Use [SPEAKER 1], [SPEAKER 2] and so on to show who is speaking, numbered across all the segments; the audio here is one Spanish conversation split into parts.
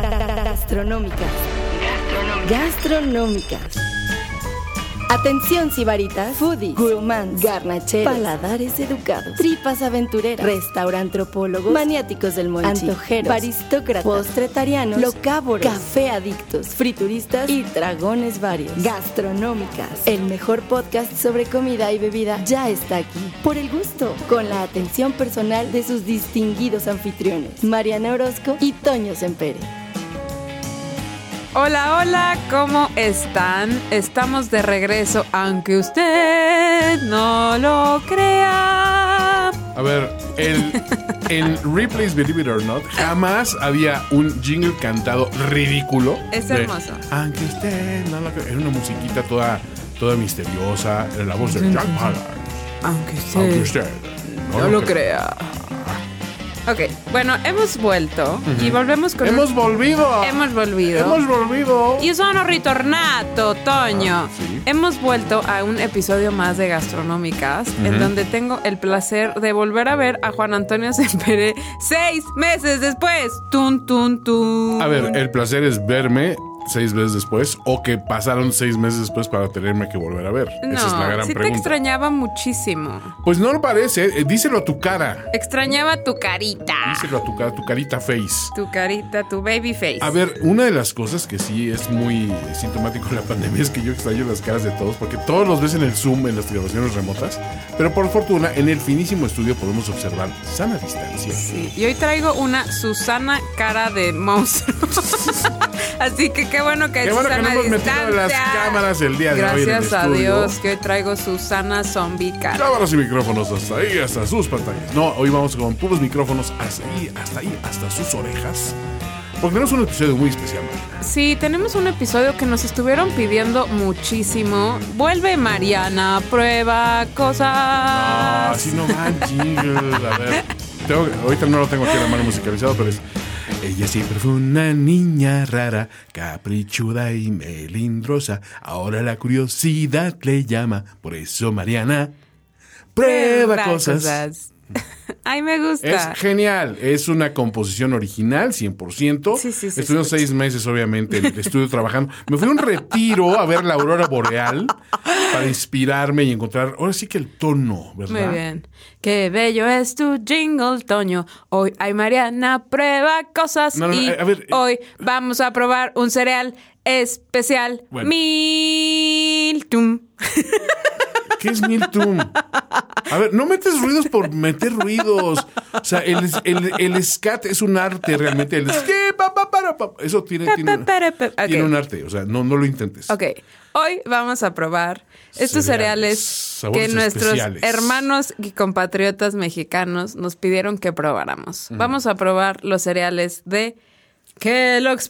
[SPEAKER 1] gastronómicas. Gastronómicas. Atención sibaritas, foodies, gourmands, garnacheros, paladares educados, tripas aventureras, restaurantropólogos, maniáticos del monchi, antojeros, aristócratas, postretarianos, locávoros, café adictos, frituristas y dragones varios. Gastronómicas, el mejor podcast sobre comida y bebida ya está aquí, por el gusto, con la atención personal de sus distinguidos anfitriones, Mariana Orozco y Toño Sempere.
[SPEAKER 2] Hola, hola, ¿cómo están? Estamos de regreso, aunque usted no lo crea.
[SPEAKER 3] A ver, el, en Replays Believe It or Not jamás había un jingle cantado ridículo.
[SPEAKER 2] Es
[SPEAKER 3] de,
[SPEAKER 2] hermoso.
[SPEAKER 3] Aunque usted no lo crea". Era una musiquita toda, toda misteriosa. La voz de Jack Palance.
[SPEAKER 2] Aunque usted,
[SPEAKER 3] Aunque usted
[SPEAKER 2] no lo crea. Ok, bueno, hemos vuelto y volvemos con... un-
[SPEAKER 3] Hemos volvido.
[SPEAKER 2] hemos volvido.
[SPEAKER 3] Hemos volvido.
[SPEAKER 2] Y sono ritornato, Toño.
[SPEAKER 3] Ah, sí.
[SPEAKER 2] Hemos vuelto a un episodio más de Gastronómicas, en donde tengo el placer de volver a ver a Juan Antonio Sempere seis meses después. Tun, tun, tun.
[SPEAKER 3] A ver, el placer es verme seis veces después o que pasaron seis meses después para tenerme que volver a ver.
[SPEAKER 2] No,
[SPEAKER 3] Esa es la gran
[SPEAKER 2] sí te
[SPEAKER 3] pregunta.
[SPEAKER 2] extrañaba muchísimo.
[SPEAKER 3] Pues no lo parece. eh, Díselo a tu cara.
[SPEAKER 2] Extrañaba tu carita.
[SPEAKER 3] Díselo a tu cara, tu carita face.
[SPEAKER 2] Tu carita, tu baby face.
[SPEAKER 3] A ver, una de las cosas que sí es muy sintomático de la pandemia es que yo extraño las caras de todos, porque todos los ves en el Zoom, en las grabaciones remotas, pero por fortuna en el finísimo estudio podemos observar sana distancia.
[SPEAKER 2] Sí, y hoy traigo una Susana cara de monstruo. Así que qué bueno que hay
[SPEAKER 3] Qué bueno que
[SPEAKER 2] Susana
[SPEAKER 3] no hemos metido
[SPEAKER 2] distancia.
[SPEAKER 3] las cámaras el día de hoy en el
[SPEAKER 2] Gracias a
[SPEAKER 3] estudio.
[SPEAKER 2] Dios que hoy traigo Susana zombie cara.
[SPEAKER 3] Cámaras y micrófonos hasta ahí, hasta sus pantallas. No, hoy vamos con puros micrófonos hasta ahí, hasta ahí, hasta sus orejas. Porque tenemos un episodio muy especial. Mariana.
[SPEAKER 2] Sí, tenemos un episodio que nos estuvieron pidiendo muchísimo. Vuelve Mariana, prueba
[SPEAKER 3] Ah,
[SPEAKER 2] cosas.
[SPEAKER 3] así no van, jingles. A ver, tengo- ahorita no lo tengo aquí en la mano musicalizado, pero es. Ella siempre fue una niña rara, caprichuda y melindrosa. Ahora la curiosidad le llama. Por eso, Mariana, prueba cosas.
[SPEAKER 2] Ay, me
[SPEAKER 3] Es
[SPEAKER 2] gusta.
[SPEAKER 3] genial, es una composición original, 100%.
[SPEAKER 2] Sí, sí, sí,
[SPEAKER 3] Estuvieron
[SPEAKER 2] escucha.
[SPEAKER 3] seis meses, obviamente, en el estudio trabajando. Me fui a un retiro a ver la aurora boreal para inspirarme y encontrar, ahora sí que el tono, ¿verdad?
[SPEAKER 2] Muy bien. Qué bello es tu jingle, Toño. Hoy hay Mariana prueba cosas
[SPEAKER 3] No, no, no,
[SPEAKER 2] y
[SPEAKER 3] a ver, eh.
[SPEAKER 2] hoy vamos a probar un cereal especial.
[SPEAKER 3] Bueno.
[SPEAKER 2] Miltum.
[SPEAKER 3] ¿Qué es Miltum? A ver, no metes ruidos por meter ruidos. O sea, el, el, el scat es un arte realmente. El ske, pa, pa, para, pa. Eso tiene,
[SPEAKER 2] Pa,
[SPEAKER 3] tiene,
[SPEAKER 2] pa, para, pa. Ok.
[SPEAKER 3] tiene un arte. O sea, no, no lo intentes.
[SPEAKER 2] Ok, hoy vamos a probar estos cereales,
[SPEAKER 3] Cereales, sabores
[SPEAKER 2] que nuestros
[SPEAKER 3] especiales.
[SPEAKER 2] hermanos y compatriotas mexicanos nos pidieron que probáramos. Vamos a probar los cereales de Kellogg's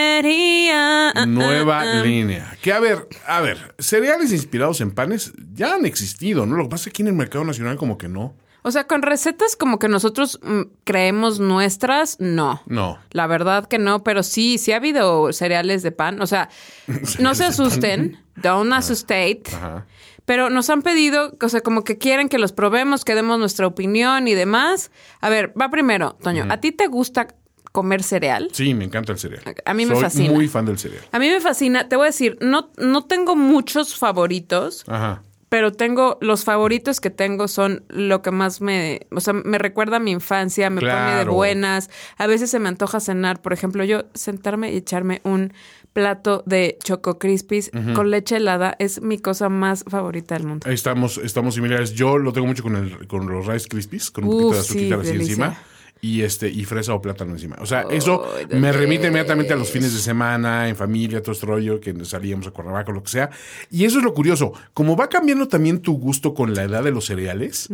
[SPEAKER 2] Panadería.
[SPEAKER 3] Nueva
[SPEAKER 2] Ah, ah, ah.
[SPEAKER 3] línea. Que a ver, a ver, cereales inspirados en panes ya han existido, ¿no? Lo que pasa es que aquí en el mercado nacional como que no.
[SPEAKER 2] O sea, con recetas como que nosotros mm, creemos nuestras, no.
[SPEAKER 3] No.
[SPEAKER 2] La verdad que no, pero sí, sí ha habido cereales de pan. O sea, no se asusten, don't asustate.
[SPEAKER 3] Ajá.
[SPEAKER 2] Pero nos han pedido, o sea, como que quieren que los probemos, que demos nuestra opinión y demás. A ver, va primero, Toño, ¿a ti te gusta comer cereal?
[SPEAKER 3] Sí, me encanta el cereal.
[SPEAKER 2] A mí me
[SPEAKER 3] Soy
[SPEAKER 2] fascina.
[SPEAKER 3] muy fan del cereal.
[SPEAKER 2] A mí me fascina, te voy a decir, no, no tengo muchos favoritos.
[SPEAKER 3] Ajá.
[SPEAKER 2] pero tengo los favoritos que tengo son lo que más me, o sea, me recuerda a mi infancia, me pone de
[SPEAKER 3] Claro.
[SPEAKER 2] buenas. A veces se me antoja cenar, por ejemplo, yo sentarme y echarme un plato de choco crispies con leche helada es mi cosa más favorita del mundo.
[SPEAKER 3] Ahí Estamos, estamos similares. Yo lo tengo mucho con, el, con los Rice Krispies, con un poquito
[SPEAKER 2] Uf,
[SPEAKER 3] de azuquita
[SPEAKER 2] sí,
[SPEAKER 3] así
[SPEAKER 2] delicia.
[SPEAKER 3] encima. Y, este, y fresa o plátano encima. O sea,
[SPEAKER 2] Oh,
[SPEAKER 3] eso me
[SPEAKER 2] delicious.
[SPEAKER 3] remite inmediatamente a los fines de semana, en familia, todo este rollo, que salíamos a Cuernavaca, lo que sea. Y eso es lo curioso. Como va cambiando también tu gusto con la edad de los cereales,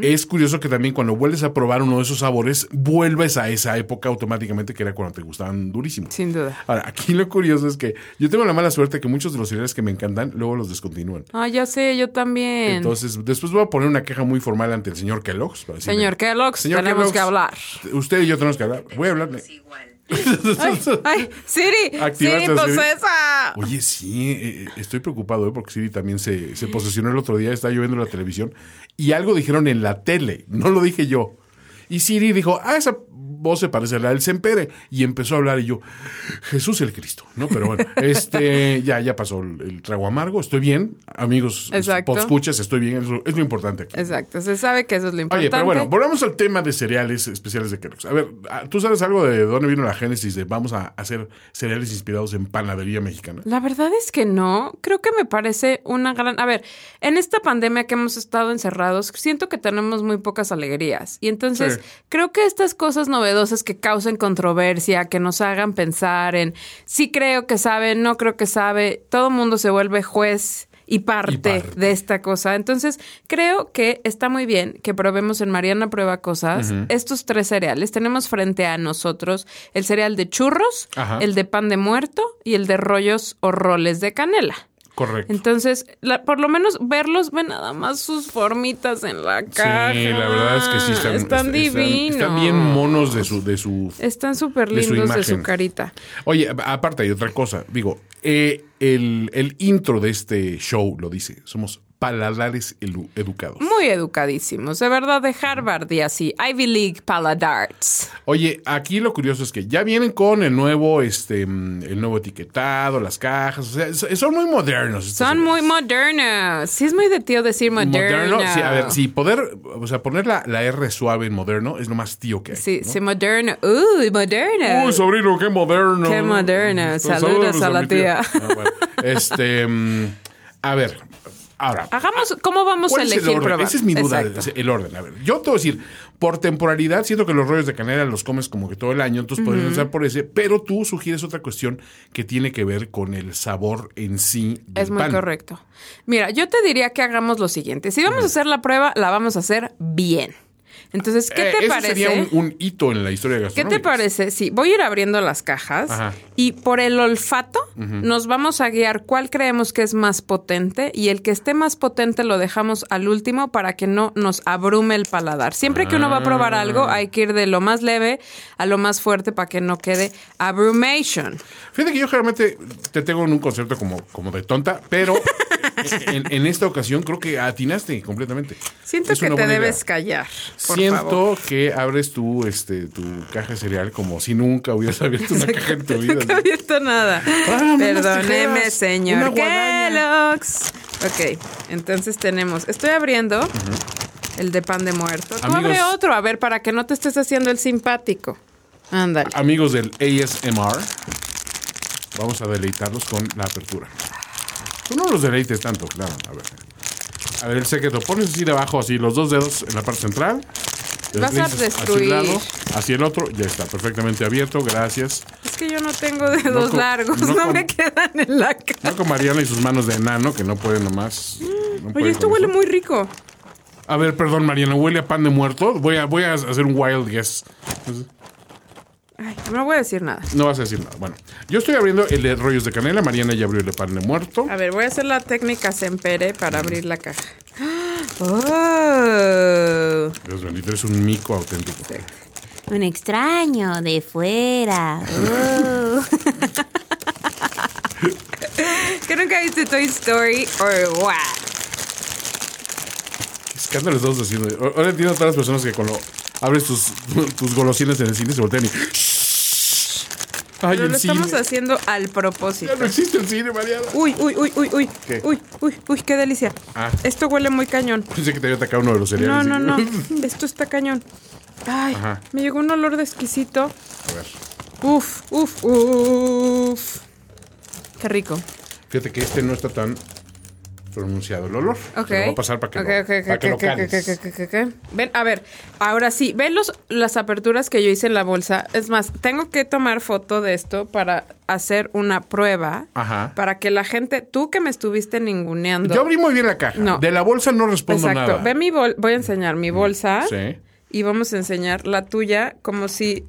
[SPEAKER 3] es curioso que también cuando vuelves a probar uno de esos sabores, vuelves a esa época automáticamente que era cuando te gustaban durísimo.
[SPEAKER 2] Sin duda.
[SPEAKER 3] Ahora, aquí lo curioso es que yo tengo la mala suerte que muchos de los cereales que me encantan, luego los descontinúan.
[SPEAKER 2] Ah, ya sé, yo también.
[SPEAKER 3] Entonces, después voy a poner una queja muy formal ante el señor Kellogg's. para decirle,
[SPEAKER 2] Señor Kellogg's, tenemos que hablar".
[SPEAKER 3] Usted y yo tenemos que hablar. Voy a hablarle.
[SPEAKER 2] Ay, Siri,
[SPEAKER 3] Activaste
[SPEAKER 2] Siri
[SPEAKER 3] a Siri.
[SPEAKER 2] posesa.
[SPEAKER 3] Oye, sí, eh, eh, estoy preocupado ¿eh? porque Siri también se, se posesionó el otro día, estaba yo viendo la televisión y algo dijeron en la tele, no lo dije yo. Y Siri dijo, ah, esa voz se parece a la del Sempere. Y empezó a hablar y yo, Jesús el Cristo, ¿no? Pero bueno, este, ya, ya pasó el, el trago amargo, estoy bien, amigos,
[SPEAKER 2] Exacto.
[SPEAKER 3] escuchas, estoy bien, es lo, es lo importante aquí.
[SPEAKER 2] Exacto, se sabe que eso es lo importante.
[SPEAKER 3] Oye, pero bueno, volvamos al tema de cereales especiales de Kellogg's. A ver, ah, ¿tú sabes algo de dónde vino la génesis de vamos a hacer cereales inspirados en panadería mexicana?
[SPEAKER 2] La verdad es que no. Creo que me parece una gran. A ver, en esta pandemia que hemos estado encerrados, siento que tenemos muy pocas alegrías. Y entonces
[SPEAKER 3] Sí.
[SPEAKER 2] creo que estas cosas novedosas que causen controversia, que nos hagan pensar en sí creo que sabe, no creo que sabe, todo mundo se vuelve juez. Y parte,
[SPEAKER 3] parte.
[SPEAKER 2] de esta cosa. Entonces, creo que está muy bien que probemos en Mariana Prueba Cosas estos tres cereales. Tenemos frente a nosotros el cereal de churros,
[SPEAKER 3] Ajá.
[SPEAKER 2] el de pan de muerto y el de rollos o roles de canela.
[SPEAKER 3] Correcto.
[SPEAKER 2] Entonces, la- por lo menos verlos, ve nada más sus formitas en la caja.
[SPEAKER 3] Sí, la verdad es que sí Ah, están,
[SPEAKER 2] Están
[SPEAKER 3] est- están-
[SPEAKER 2] divinos.
[SPEAKER 3] Están bien monos de su, de su.
[SPEAKER 2] Están súper
[SPEAKER 3] de su
[SPEAKER 2] lindos de su
[SPEAKER 3] imagen.
[SPEAKER 2] carita.
[SPEAKER 3] Oye, a- aparte hay otra cosa. Digo, eh, el, el intro de este show lo dice. Somos paladares elu- educados.
[SPEAKER 2] Muy educadísimos, de verdad, de Harvard y así. Ivy League Paladarts.
[SPEAKER 3] Oye, aquí lo curioso es que ya vienen con el nuevo, este, mm, el nuevo etiquetado, las cajas. O sea, so- son muy modernos. estos
[SPEAKER 2] Son muy
[SPEAKER 3] señores.
[SPEAKER 2] modernos. Sí, es muy de tío decir moderno.
[SPEAKER 3] Sí, a ver, sí, poder, o sea, poner la, la R suave en moderno es lo más tío que hay.
[SPEAKER 2] Sí,
[SPEAKER 3] ¿no?
[SPEAKER 2] sí, moderno. Uy, moderno.
[SPEAKER 3] Uy, sobrino, qué moderno.
[SPEAKER 2] Qué moderno.
[SPEAKER 3] Pues,
[SPEAKER 2] Saludos a la
[SPEAKER 3] mi
[SPEAKER 2] tía.
[SPEAKER 3] Ah, bueno. Este, mm, a ver, ahora.
[SPEAKER 2] Hagamos, ¿cómo Ah, vamos a
[SPEAKER 3] ¿Cuál es el
[SPEAKER 2] elegir
[SPEAKER 3] orden?
[SPEAKER 2] probar?
[SPEAKER 3] Esa es mi duda,
[SPEAKER 2] Exacto.
[SPEAKER 3] el orden. A ver, yo te voy a decir, por temporalidad, siento que los rollos de canela los comes como que todo el año, entonces puedes empezar por ese, pero tú sugieres otra cuestión que tiene que ver con el sabor en sí del
[SPEAKER 2] Es muy
[SPEAKER 3] pan.
[SPEAKER 2] correcto. Mira, yo te diría que hagamos lo siguiente. Si
[SPEAKER 3] Mm.
[SPEAKER 2] vamos a hacer la prueba, la vamos a hacer bien. Entonces, ¿qué
[SPEAKER 3] Eh,
[SPEAKER 2] te
[SPEAKER 3] ese
[SPEAKER 2] parece?
[SPEAKER 3] sería un, un hito en la historia
[SPEAKER 2] ¿Qué
[SPEAKER 3] gastronómica.
[SPEAKER 2] te parece? Sí, voy a ir abriendo las cajas
[SPEAKER 3] Ajá.
[SPEAKER 2] y por el olfato nos vamos a guiar cuál creemos que es más potente y el que esté más potente lo dejamos al último para que no nos abrume el paladar. Siempre que uno va a probar algo
[SPEAKER 3] Ah.
[SPEAKER 2] hay que ir de lo más leve a lo más fuerte para que no quede abrumation.
[SPEAKER 3] Fíjate que yo generalmente te tengo en un concepto como, como de tonta, pero en, en esta ocasión creo que atinaste completamente.
[SPEAKER 2] Siento
[SPEAKER 3] Es
[SPEAKER 2] que
[SPEAKER 3] una
[SPEAKER 2] te
[SPEAKER 3] buena idea.
[SPEAKER 2] debes callar. Por
[SPEAKER 3] Siento
[SPEAKER 2] favor.
[SPEAKER 3] que abres tu, este, tu caja de cereal como si nunca hubieras abierto una caja en tu vida.
[SPEAKER 2] Nunca
[SPEAKER 3] ¿no?
[SPEAKER 2] he visto nada.
[SPEAKER 3] Ah,
[SPEAKER 2] Perdóneme,
[SPEAKER 3] menos tijeras. Una
[SPEAKER 2] señor
[SPEAKER 3] guadaña.
[SPEAKER 2] Kellogg's. Ok, entonces tenemos. Estoy abriendo el de pan de muerto. Tú
[SPEAKER 3] Amigos-
[SPEAKER 2] abre otro, a ver, para que no te estés haciendo el simpático. Ándale.
[SPEAKER 3] Amigos del ASMR, vamos a deleitarlos con la apertura. Tú no los deleites tanto, claro. A ver, a ver el secreto. Pones así debajo, así los dos dedos en la parte central. Te
[SPEAKER 2] Vas a
[SPEAKER 3] deslizas Hacia un
[SPEAKER 2] destruir.
[SPEAKER 3] lado, hacia el otro. Ya está, perfectamente abierto. Gracias.
[SPEAKER 2] Es que yo no tengo dedos
[SPEAKER 3] con-
[SPEAKER 2] largos,
[SPEAKER 3] no
[SPEAKER 2] no,
[SPEAKER 3] con-
[SPEAKER 2] me quedan en la cara.
[SPEAKER 3] No con Mariana y sus manos de enano, que no pueden nomás. no pueden
[SPEAKER 2] Oye, esto
[SPEAKER 3] con
[SPEAKER 2] huele
[SPEAKER 3] eso.
[SPEAKER 2] muy rico.
[SPEAKER 3] A ver, perdón, Mariana, huele a pan de muerto. Voy a, voy a hacer un wild guess.
[SPEAKER 2] Ay, no voy a decir nada.
[SPEAKER 3] No vas a decir nada. Bueno, yo estoy abriendo el de rollos de canela. Mariana ya abrió el de pan de muerto.
[SPEAKER 2] A ver, voy a hacer la técnica Sempere para abrir la caja. ¡Oh!
[SPEAKER 3] Dios bendito, eres un mico auténtico.
[SPEAKER 4] Un extraño de fuera. Oh.
[SPEAKER 2] ¿Que nunca viste Toy Story o what?
[SPEAKER 3] Qué escándalo estamos haciendo. Ahora entiendo a todas las personas que cuando abres tus, tus golosinas en el cine se voltean y. Ay,
[SPEAKER 2] Pero
[SPEAKER 3] el
[SPEAKER 2] lo
[SPEAKER 3] cine.
[SPEAKER 2] estamos haciendo al propósito.
[SPEAKER 3] Ya no existe el cine, Mariana.
[SPEAKER 2] Uy, uy, uy, uy, uy.
[SPEAKER 3] ¿Qué?
[SPEAKER 2] Uy, uy, uy, qué delicia.
[SPEAKER 3] Ah.
[SPEAKER 2] Esto huele muy cañón.
[SPEAKER 3] Pensé que te había atacado uno de los
[SPEAKER 2] No,
[SPEAKER 3] cereales.
[SPEAKER 2] no, no. Esto está cañón. Ay,
[SPEAKER 3] Ajá.
[SPEAKER 2] me llegó un olor de exquisito.
[SPEAKER 3] A ver,
[SPEAKER 2] Uf, uf, uf. Qué rico.
[SPEAKER 3] fíjate que este no está tan pronunciado el olor.
[SPEAKER 2] Ok.
[SPEAKER 3] Te lo voy a pasar para que
[SPEAKER 2] Ok,
[SPEAKER 3] lo,
[SPEAKER 2] ok,
[SPEAKER 3] para
[SPEAKER 2] ok,
[SPEAKER 3] que lo
[SPEAKER 2] ok, ok,
[SPEAKER 3] cales.
[SPEAKER 2] ok, ok, ok, ok. Ven, a ver, ahora sí, ven los, las aperturas que yo hice en la bolsa. Es más, tengo que tomar foto de esto para hacer una prueba.
[SPEAKER 3] Ajá.
[SPEAKER 2] Para que la gente, tú que me estuviste ninguneando.
[SPEAKER 3] Yo abrí muy bien la caja.
[SPEAKER 2] No.
[SPEAKER 3] De la bolsa no respondo
[SPEAKER 2] Exacto.
[SPEAKER 3] nada. Mm,
[SPEAKER 2] Ve mi bol, voy a enseñar mi bolsa.
[SPEAKER 3] Sí.
[SPEAKER 2] Y vamos a enseñar la tuya como si,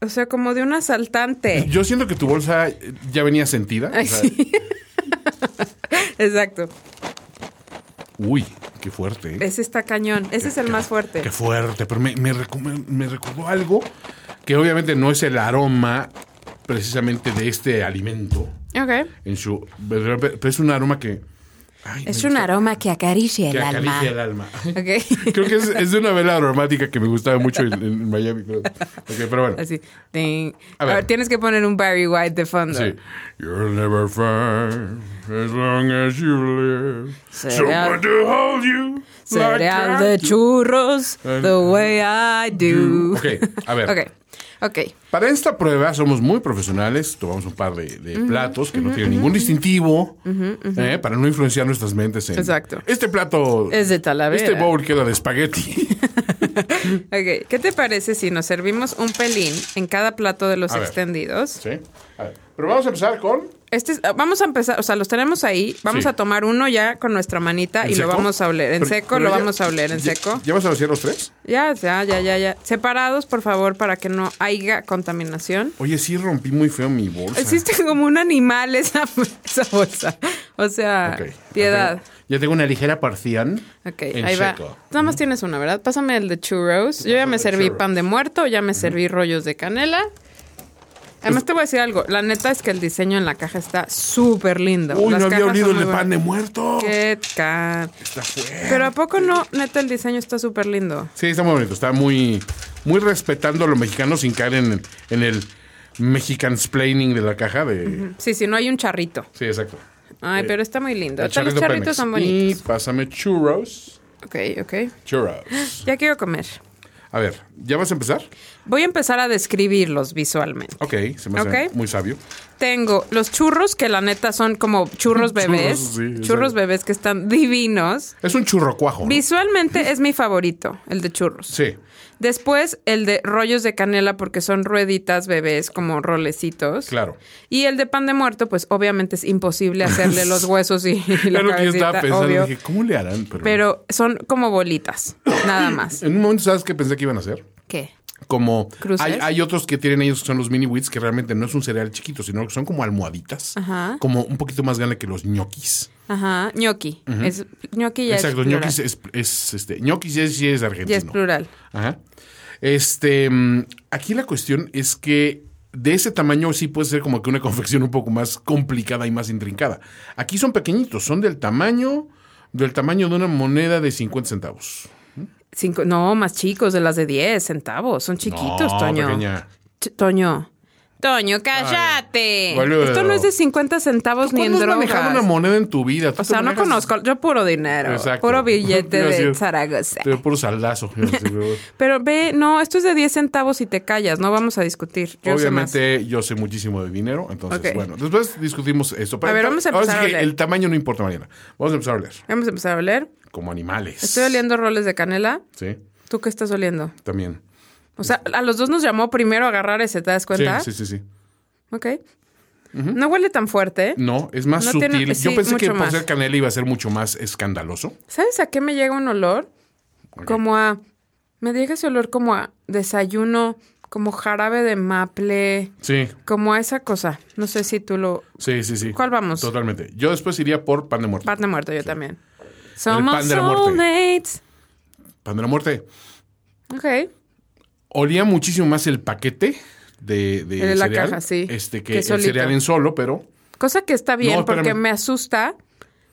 [SPEAKER 2] o sea, como de un asaltante.
[SPEAKER 3] Yo siento que tu bolsa eh, ya venía sentida.
[SPEAKER 2] Ay,
[SPEAKER 3] o sea,
[SPEAKER 2] sí. Exacto.
[SPEAKER 3] Uy, qué fuerte. ¿eh?
[SPEAKER 2] Ese está cañón. Ese es el más fuerte.
[SPEAKER 3] Qué fuerte, pero me, me recu- me recordó algo que obviamente no es el aroma precisamente de este alimento
[SPEAKER 2] Ok.
[SPEAKER 3] en su pero es un aroma que Ay,
[SPEAKER 2] Es
[SPEAKER 3] me
[SPEAKER 2] un
[SPEAKER 3] gusta.
[SPEAKER 2] aroma que acaricia el
[SPEAKER 3] Que
[SPEAKER 2] alma.
[SPEAKER 3] acaricia el alma.
[SPEAKER 2] Ok.
[SPEAKER 3] Creo que es, es de una vela aromática que me gustaba mucho en, en Miami. Pero, ok, pero bueno.
[SPEAKER 2] Así. Ting.
[SPEAKER 3] A
[SPEAKER 2] A,
[SPEAKER 3] ver.
[SPEAKER 2] ver. tienes que poner un Barry White de fondo.
[SPEAKER 3] Sí. You'll never find as long as you live someone
[SPEAKER 2] Cereal.
[SPEAKER 3] to hold you.
[SPEAKER 2] Cereal
[SPEAKER 3] like I
[SPEAKER 2] de
[SPEAKER 3] do.
[SPEAKER 2] churros,
[SPEAKER 3] And-
[SPEAKER 2] the way I do.
[SPEAKER 3] Ok, a ver.
[SPEAKER 2] Ok, ok.
[SPEAKER 3] Para esta prueba somos muy profesionales, tomamos un par de, de platos que no tienen ningún distintivo eh, para no influenciar nuestras mentes. en-
[SPEAKER 2] Exacto.
[SPEAKER 3] Este plato
[SPEAKER 2] Es de Talavera.
[SPEAKER 3] Este bowl queda de espagueti.
[SPEAKER 2] Ok, ¿qué te parece si nos servimos un pelín en cada plato de los
[SPEAKER 3] A ver.
[SPEAKER 2] extendidos?
[SPEAKER 3] sí. A ver, Pero vamos a empezar con
[SPEAKER 2] Este es- vamos a empezar, o sea, los tenemos ahí. Vamos
[SPEAKER 3] Sí.
[SPEAKER 2] a tomar uno ya con nuestra manita
[SPEAKER 3] ¿En
[SPEAKER 2] Ah, y
[SPEAKER 3] seco?
[SPEAKER 2] lo vamos a oler. En
[SPEAKER 3] Pero-
[SPEAKER 2] seco,
[SPEAKER 3] pero
[SPEAKER 2] lo
[SPEAKER 3] ya-
[SPEAKER 2] vamos a oler en
[SPEAKER 3] ya-
[SPEAKER 2] seco.
[SPEAKER 3] ¿Ya vas a vaciar los tres?
[SPEAKER 2] Ya, ya, ya, ya, ya. Separados, por favor, para que no haya contaminación.
[SPEAKER 3] Oye, sí rompí muy feo mi bolsa.
[SPEAKER 2] Existe como un animal esa, esa bolsa. O sea,
[SPEAKER 3] Ok.
[SPEAKER 2] piedad.
[SPEAKER 3] Ya tengo- Ya tengo una ligera porción.
[SPEAKER 2] Ok,
[SPEAKER 3] en
[SPEAKER 2] ahí va.
[SPEAKER 3] seco.
[SPEAKER 2] Nada más tienes una, ¿verdad? Pásame el de churros. Yo ya
[SPEAKER 3] Pásame
[SPEAKER 2] me
[SPEAKER 3] el
[SPEAKER 2] serví
[SPEAKER 3] churro.
[SPEAKER 2] pan de muerto, ya me serví rollos de canela. Además te voy a decir algo, la neta es que el diseño en la caja está súper lindo.
[SPEAKER 3] Uy,
[SPEAKER 2] Las
[SPEAKER 3] no había
[SPEAKER 2] cajas
[SPEAKER 3] olido
[SPEAKER 2] son
[SPEAKER 3] el de
[SPEAKER 2] muy
[SPEAKER 3] pan de
[SPEAKER 2] buenas.
[SPEAKER 3] muerto.
[SPEAKER 2] Qué ca-
[SPEAKER 3] Está fuerte.
[SPEAKER 2] Pero ¿a poco no? Neta, el diseño está súper lindo.
[SPEAKER 3] Sí, está muy bonito. Está muy, muy respetando a los mexicanos sin caer en, en el mexican splaining de la caja de.
[SPEAKER 2] Sí, sí, no hay un charrito.
[SPEAKER 3] Sí, exacto.
[SPEAKER 2] Ay,
[SPEAKER 3] Eh,
[SPEAKER 2] pero está muy lindo.
[SPEAKER 3] el
[SPEAKER 2] Ahorita los
[SPEAKER 3] charrito
[SPEAKER 2] charritos
[SPEAKER 3] Pemex.
[SPEAKER 2] son
[SPEAKER 3] Y
[SPEAKER 2] bonitos.
[SPEAKER 3] pásame churros.
[SPEAKER 2] Ok, ok.
[SPEAKER 3] Churros.
[SPEAKER 2] Ya quiero comer.
[SPEAKER 3] A ver, ¿ya vas a empezar?
[SPEAKER 2] Voy a empezar a describirlos visualmente.
[SPEAKER 3] Ok, se me hace
[SPEAKER 2] Ok.
[SPEAKER 3] muy sabio.
[SPEAKER 2] Tengo los churros, que la neta son como churros bebés.
[SPEAKER 3] Churros,
[SPEAKER 2] Churros,
[SPEAKER 3] sí, exacto.
[SPEAKER 2] bebés que están divinos.
[SPEAKER 3] Es un churro cuajo.
[SPEAKER 2] Visualmente es mi favorito, el de churros.
[SPEAKER 3] Sí.
[SPEAKER 2] Después el de rollos de canela porque son rueditas bebés como rolecitos.
[SPEAKER 3] Claro.
[SPEAKER 2] Y el de pan de muerto, pues obviamente es imposible hacerle los huesos y, y la
[SPEAKER 3] Claro que yo estaba
[SPEAKER 2] cabecita,
[SPEAKER 3] pensando,
[SPEAKER 2] obvio.
[SPEAKER 3] dije, ¿cómo le harán? Pero,
[SPEAKER 2] Pero son como bolitas, nada más.
[SPEAKER 3] en un momento, ¿sabes qué pensé que iban a hacer?
[SPEAKER 2] ¿Qué?
[SPEAKER 3] Como
[SPEAKER 2] ¿Cruces?
[SPEAKER 3] hay, hay otros que tienen ellos que son los mini wheats, que realmente no es un cereal chiquito, sino que son como almohaditas,
[SPEAKER 2] Ajá.
[SPEAKER 3] como un poquito más grande que los ñoquis.
[SPEAKER 2] Ajá, ñoqui. Es- ñoqui ya
[SPEAKER 3] Exacto,
[SPEAKER 2] es plural.
[SPEAKER 3] ñoquis es, es, este, ñoquis ya es, ya es argentino.
[SPEAKER 2] Ya es plural.
[SPEAKER 3] Ajá. Este, mm, aquí la cuestión es que de ese tamaño sí puede ser como que una confección un poco más complicada y más intrincada. Aquí son pequeñitos, son del tamaño del tamaño de una moneda de 50 centavos.
[SPEAKER 2] Cinco, no, más chicos, de las de 10 centavos. Son chiquitos,
[SPEAKER 3] No,
[SPEAKER 2] Toño.
[SPEAKER 3] pequeña.
[SPEAKER 2] Ch- Toño. Toño, cállate.
[SPEAKER 3] Ay, boludo.
[SPEAKER 2] Esto no es de 50 centavos ni en
[SPEAKER 3] ¿Cuándo has manejado una
[SPEAKER 2] drogas.
[SPEAKER 3] moneda en tu vida? Tú
[SPEAKER 2] O
[SPEAKER 3] te
[SPEAKER 2] sea, no
[SPEAKER 3] manejas-
[SPEAKER 2] conozco. Yo puro dinero.
[SPEAKER 3] Exacto.
[SPEAKER 2] Puro billete
[SPEAKER 3] Yo
[SPEAKER 2] de
[SPEAKER 3] así-
[SPEAKER 2] Zaragoza.
[SPEAKER 3] Te veo puro saldazo. Yo así, pero-
[SPEAKER 2] Pero ve, no, esto es de 10 centavos y te callas. No vamos a discutir. Yo sé más.
[SPEAKER 3] Obviamente yo sé muchísimo de dinero, entonces
[SPEAKER 2] Ok.
[SPEAKER 3] bueno, después discutimos eso.
[SPEAKER 2] A ver,
[SPEAKER 3] enta-
[SPEAKER 2] vamos a
[SPEAKER 3] ahora
[SPEAKER 2] empezar
[SPEAKER 3] sí
[SPEAKER 2] a
[SPEAKER 3] que
[SPEAKER 2] oler.
[SPEAKER 3] el tamaño no importa, Mariana. Vamos a empezar a oler,
[SPEAKER 2] Vamos a empezar a oler.
[SPEAKER 3] como animales.
[SPEAKER 2] Estoy oliendo roles de canela.
[SPEAKER 3] Sí,
[SPEAKER 2] ¿Tú qué estás oliendo?
[SPEAKER 3] también.
[SPEAKER 2] O sea, a los dos nos llamó primero a agarrar ese, ¿te das cuenta?
[SPEAKER 3] Sí, sí, sí, sí.
[SPEAKER 2] Ok. No huele tan fuerte. ¿eh?
[SPEAKER 3] No, es más
[SPEAKER 2] No
[SPEAKER 3] sutil.
[SPEAKER 2] tiene-
[SPEAKER 3] yo
[SPEAKER 2] sí,
[SPEAKER 3] pensé que
[SPEAKER 2] mucho
[SPEAKER 3] por
[SPEAKER 2] más.
[SPEAKER 3] ser canela iba a ser mucho más escandaloso.
[SPEAKER 2] ¿Sabes a qué me llega un olor? Como a. Me llega ese olor como a desayuno, como jarabe de maple,
[SPEAKER 3] Sí,
[SPEAKER 2] como a esa cosa. No sé si tú lo.
[SPEAKER 3] sí, sí, sí.
[SPEAKER 2] ¿Cuál vamos?
[SPEAKER 3] Totalmente. Yo después iría por pan de muerte.
[SPEAKER 2] Pan de muerto, yo también. Somos
[SPEAKER 3] pan de la muerte.
[SPEAKER 2] soulmates.
[SPEAKER 3] Pan de la muerte.
[SPEAKER 2] Ok.
[SPEAKER 3] Olía muchísimo más el paquete de, de
[SPEAKER 2] El de la
[SPEAKER 3] cereal,
[SPEAKER 2] caja, sí.
[SPEAKER 3] Este que,
[SPEAKER 2] Que
[SPEAKER 3] el
[SPEAKER 2] solito.
[SPEAKER 3] cereal en solo, pero
[SPEAKER 2] Cosa que está bien
[SPEAKER 3] No, espérame.
[SPEAKER 2] porque me asusta.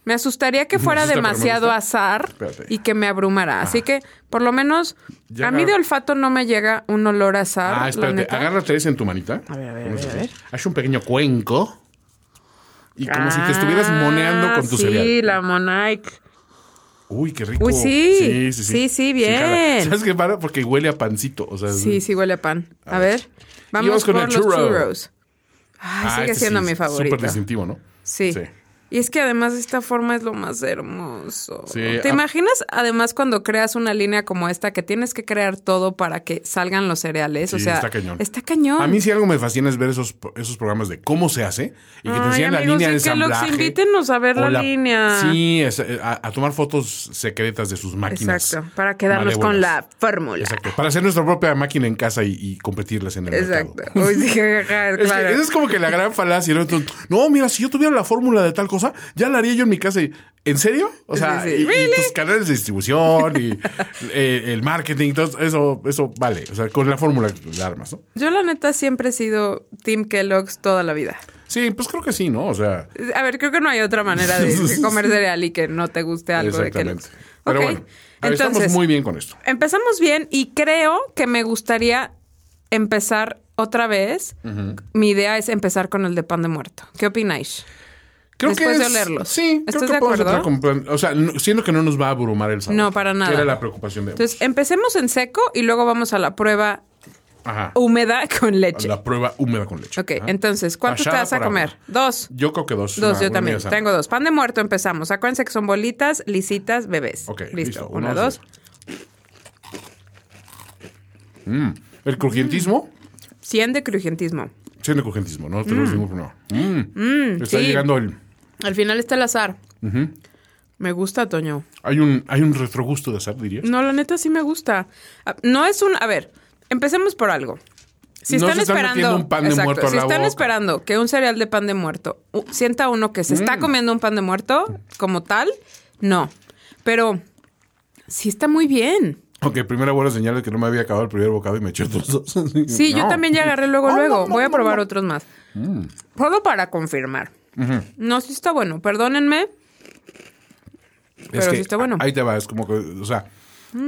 [SPEAKER 2] Me asustaría que fuera
[SPEAKER 3] asusta, pero me
[SPEAKER 2] demasiado
[SPEAKER 3] gusta.
[SPEAKER 2] azar
[SPEAKER 3] Espérate. Ah.
[SPEAKER 2] y que me abrumara. Así que, por lo menos,
[SPEAKER 3] Ya
[SPEAKER 2] a mí
[SPEAKER 3] agarra-
[SPEAKER 2] de olfato no me llega un olor a azar.
[SPEAKER 3] Ah,
[SPEAKER 2] la
[SPEAKER 3] espérate,
[SPEAKER 2] neta.
[SPEAKER 3] agarra tres en tu manita. A ver, a ver, Haz un pequeño cuenco. Y como si te estuvieras
[SPEAKER 2] Ah,
[SPEAKER 3] moneando con tu
[SPEAKER 2] sí,
[SPEAKER 3] cereal.
[SPEAKER 2] la Monike.
[SPEAKER 3] Uy, qué rico.
[SPEAKER 2] Uy, sí. Sí, sí, bien.
[SPEAKER 3] jala. ¿Sabes qué para? Porque huele a pancito. O sea,
[SPEAKER 2] Sí, sí huele a pan. A, ver. Vamos,
[SPEAKER 3] Vamos con
[SPEAKER 2] por
[SPEAKER 3] el
[SPEAKER 2] los
[SPEAKER 3] churro.
[SPEAKER 2] churros. Ay,
[SPEAKER 3] Ah,
[SPEAKER 2] sigue
[SPEAKER 3] este
[SPEAKER 2] siendo
[SPEAKER 3] sí,
[SPEAKER 2] mi
[SPEAKER 3] es
[SPEAKER 2] favorito.
[SPEAKER 3] Súper distintivo, ¿no?
[SPEAKER 2] Sí.
[SPEAKER 3] Sí.
[SPEAKER 2] Y es que además esta forma es lo más hermoso.
[SPEAKER 3] Sí,
[SPEAKER 2] ¿Te
[SPEAKER 3] ah.
[SPEAKER 2] imaginas además cuando creas una línea como esta que tienes que crear todo para que salgan los cereales? o
[SPEAKER 3] Sí,
[SPEAKER 2] sea,
[SPEAKER 3] está cañón.
[SPEAKER 2] Está cañón.
[SPEAKER 3] A mí sí algo me fascina es ver esos, esos programas de cómo se hace y que te
[SPEAKER 2] Ay,
[SPEAKER 3] enseñan la
[SPEAKER 2] amigos
[SPEAKER 3] línea
[SPEAKER 2] de
[SPEAKER 3] de
[SPEAKER 2] Kellogg's,
[SPEAKER 3] ensamblaje.
[SPEAKER 2] invítenos a ver
[SPEAKER 3] o
[SPEAKER 2] la línea.
[SPEAKER 3] Sí, es- eh, a, a tomar fotos secretas de sus máquinas.
[SPEAKER 2] Exacto, para quedarnos con
[SPEAKER 3] malévolas.
[SPEAKER 2] la fórmula.
[SPEAKER 3] Exacto, para hacer nuestra propia máquina en casa y, y competirlas en el
[SPEAKER 2] Exacto.
[SPEAKER 3] mercado.
[SPEAKER 2] Uy, sí, ajá,
[SPEAKER 3] Es que
[SPEAKER 2] claro.
[SPEAKER 3] esa es como que la gran falacia. ¿no? Entonces, no, mira, si yo tuviera la fórmula de tal cosa, ya la haría yo en mi casa. Y, ¿En serio? O sea,
[SPEAKER 2] Sí, sí.
[SPEAKER 3] y- y
[SPEAKER 2] Really?
[SPEAKER 3] tus canales de distribución y eh, el marketing, todo eso, eso vale. O sea, con la fórmula de armas, ¿no?
[SPEAKER 2] Yo la neta siempre he sido Team Kellogg's toda la vida.
[SPEAKER 3] Sí, pues creo que sí, ¿no? O sea,
[SPEAKER 2] A ver, creo que no hay otra manera de, de comer cereal y que no te guste algo de
[SPEAKER 3] exactamente.
[SPEAKER 2] Kellogg's.
[SPEAKER 3] Pero
[SPEAKER 2] Ok,
[SPEAKER 3] bueno, a ver, estamos muy bien con esto.
[SPEAKER 2] Empezamos bien y creo que me gustaría empezar otra vez. Mi idea es empezar con el de pan de muerto. ¿Qué opináis?
[SPEAKER 3] Creo que
[SPEAKER 2] Después de
[SPEAKER 3] es-
[SPEAKER 2] olerlos.
[SPEAKER 3] Sí, creo
[SPEAKER 2] ¿Estás
[SPEAKER 3] que
[SPEAKER 2] de
[SPEAKER 3] podemos
[SPEAKER 2] acuerdo?
[SPEAKER 3] entrar con plan- O sea, no- siento que no nos va a abrumar el sabor.
[SPEAKER 2] No, para
[SPEAKER 3] que
[SPEAKER 2] nada.
[SPEAKER 3] Era la preocupación de.
[SPEAKER 2] Entonces, empecemos en seco y luego vamos a la prueba
[SPEAKER 3] Ajá.
[SPEAKER 2] húmeda con leche.
[SPEAKER 3] La prueba húmeda con leche.
[SPEAKER 2] Ok,
[SPEAKER 3] Ajá.
[SPEAKER 2] entonces, ¿cuántos te
[SPEAKER 3] Rallada
[SPEAKER 2] vas a
[SPEAKER 3] por
[SPEAKER 2] comer?
[SPEAKER 3] agua.
[SPEAKER 2] Dos.
[SPEAKER 3] Yo creo que dos.
[SPEAKER 2] Dos,
[SPEAKER 3] Una-
[SPEAKER 2] yo
[SPEAKER 3] una
[SPEAKER 2] también.
[SPEAKER 3] media sana.
[SPEAKER 2] Tengo dos. Pan de muerto empezamos. Acuérdense que son bolitas, lisitas, bebés.
[SPEAKER 3] Ok,
[SPEAKER 2] listo.
[SPEAKER 3] listo.
[SPEAKER 2] Una,
[SPEAKER 3] Uno,
[SPEAKER 2] dos.
[SPEAKER 3] El crujientismo.
[SPEAKER 2] 100 de crujientismo.
[SPEAKER 3] Sí, el crujientismo, no tenemos ningún problema. Mm. Está
[SPEAKER 2] sí.
[SPEAKER 3] llegando el.
[SPEAKER 2] Al final está el azar. Me gusta, Toño.
[SPEAKER 3] Hay un, hay un retrogusto de azar, dirías.
[SPEAKER 2] No, la neta sí me gusta. Ah, No es un. A ver, empecemos por algo. Si
[SPEAKER 3] No
[SPEAKER 2] están
[SPEAKER 3] se están
[SPEAKER 2] esperando.
[SPEAKER 3] metiendo un pan de
[SPEAKER 2] exacto,
[SPEAKER 3] muerto a
[SPEAKER 2] si
[SPEAKER 3] la
[SPEAKER 2] están
[SPEAKER 3] boca.
[SPEAKER 2] esperando que un cereal de pan de muerto u- sienta uno que se está
[SPEAKER 3] Mm.
[SPEAKER 2] comiendo un pan de muerto como tal, no. Pero sí está muy bien.
[SPEAKER 3] Aunque primero buena señal es que no me había acabado el primer bocado y me eché otros dos.
[SPEAKER 2] Sí, yo
[SPEAKER 3] No.
[SPEAKER 2] también ya agarré luego,
[SPEAKER 3] No,
[SPEAKER 2] luego.
[SPEAKER 3] no, no,
[SPEAKER 2] Voy a
[SPEAKER 3] no,
[SPEAKER 2] probar
[SPEAKER 3] no. Mm.
[SPEAKER 2] otros más. Solo para confirmar. No, sí está bueno. Perdónenme. Pero sí está bueno.
[SPEAKER 3] Ahí te va, es como que, o sea,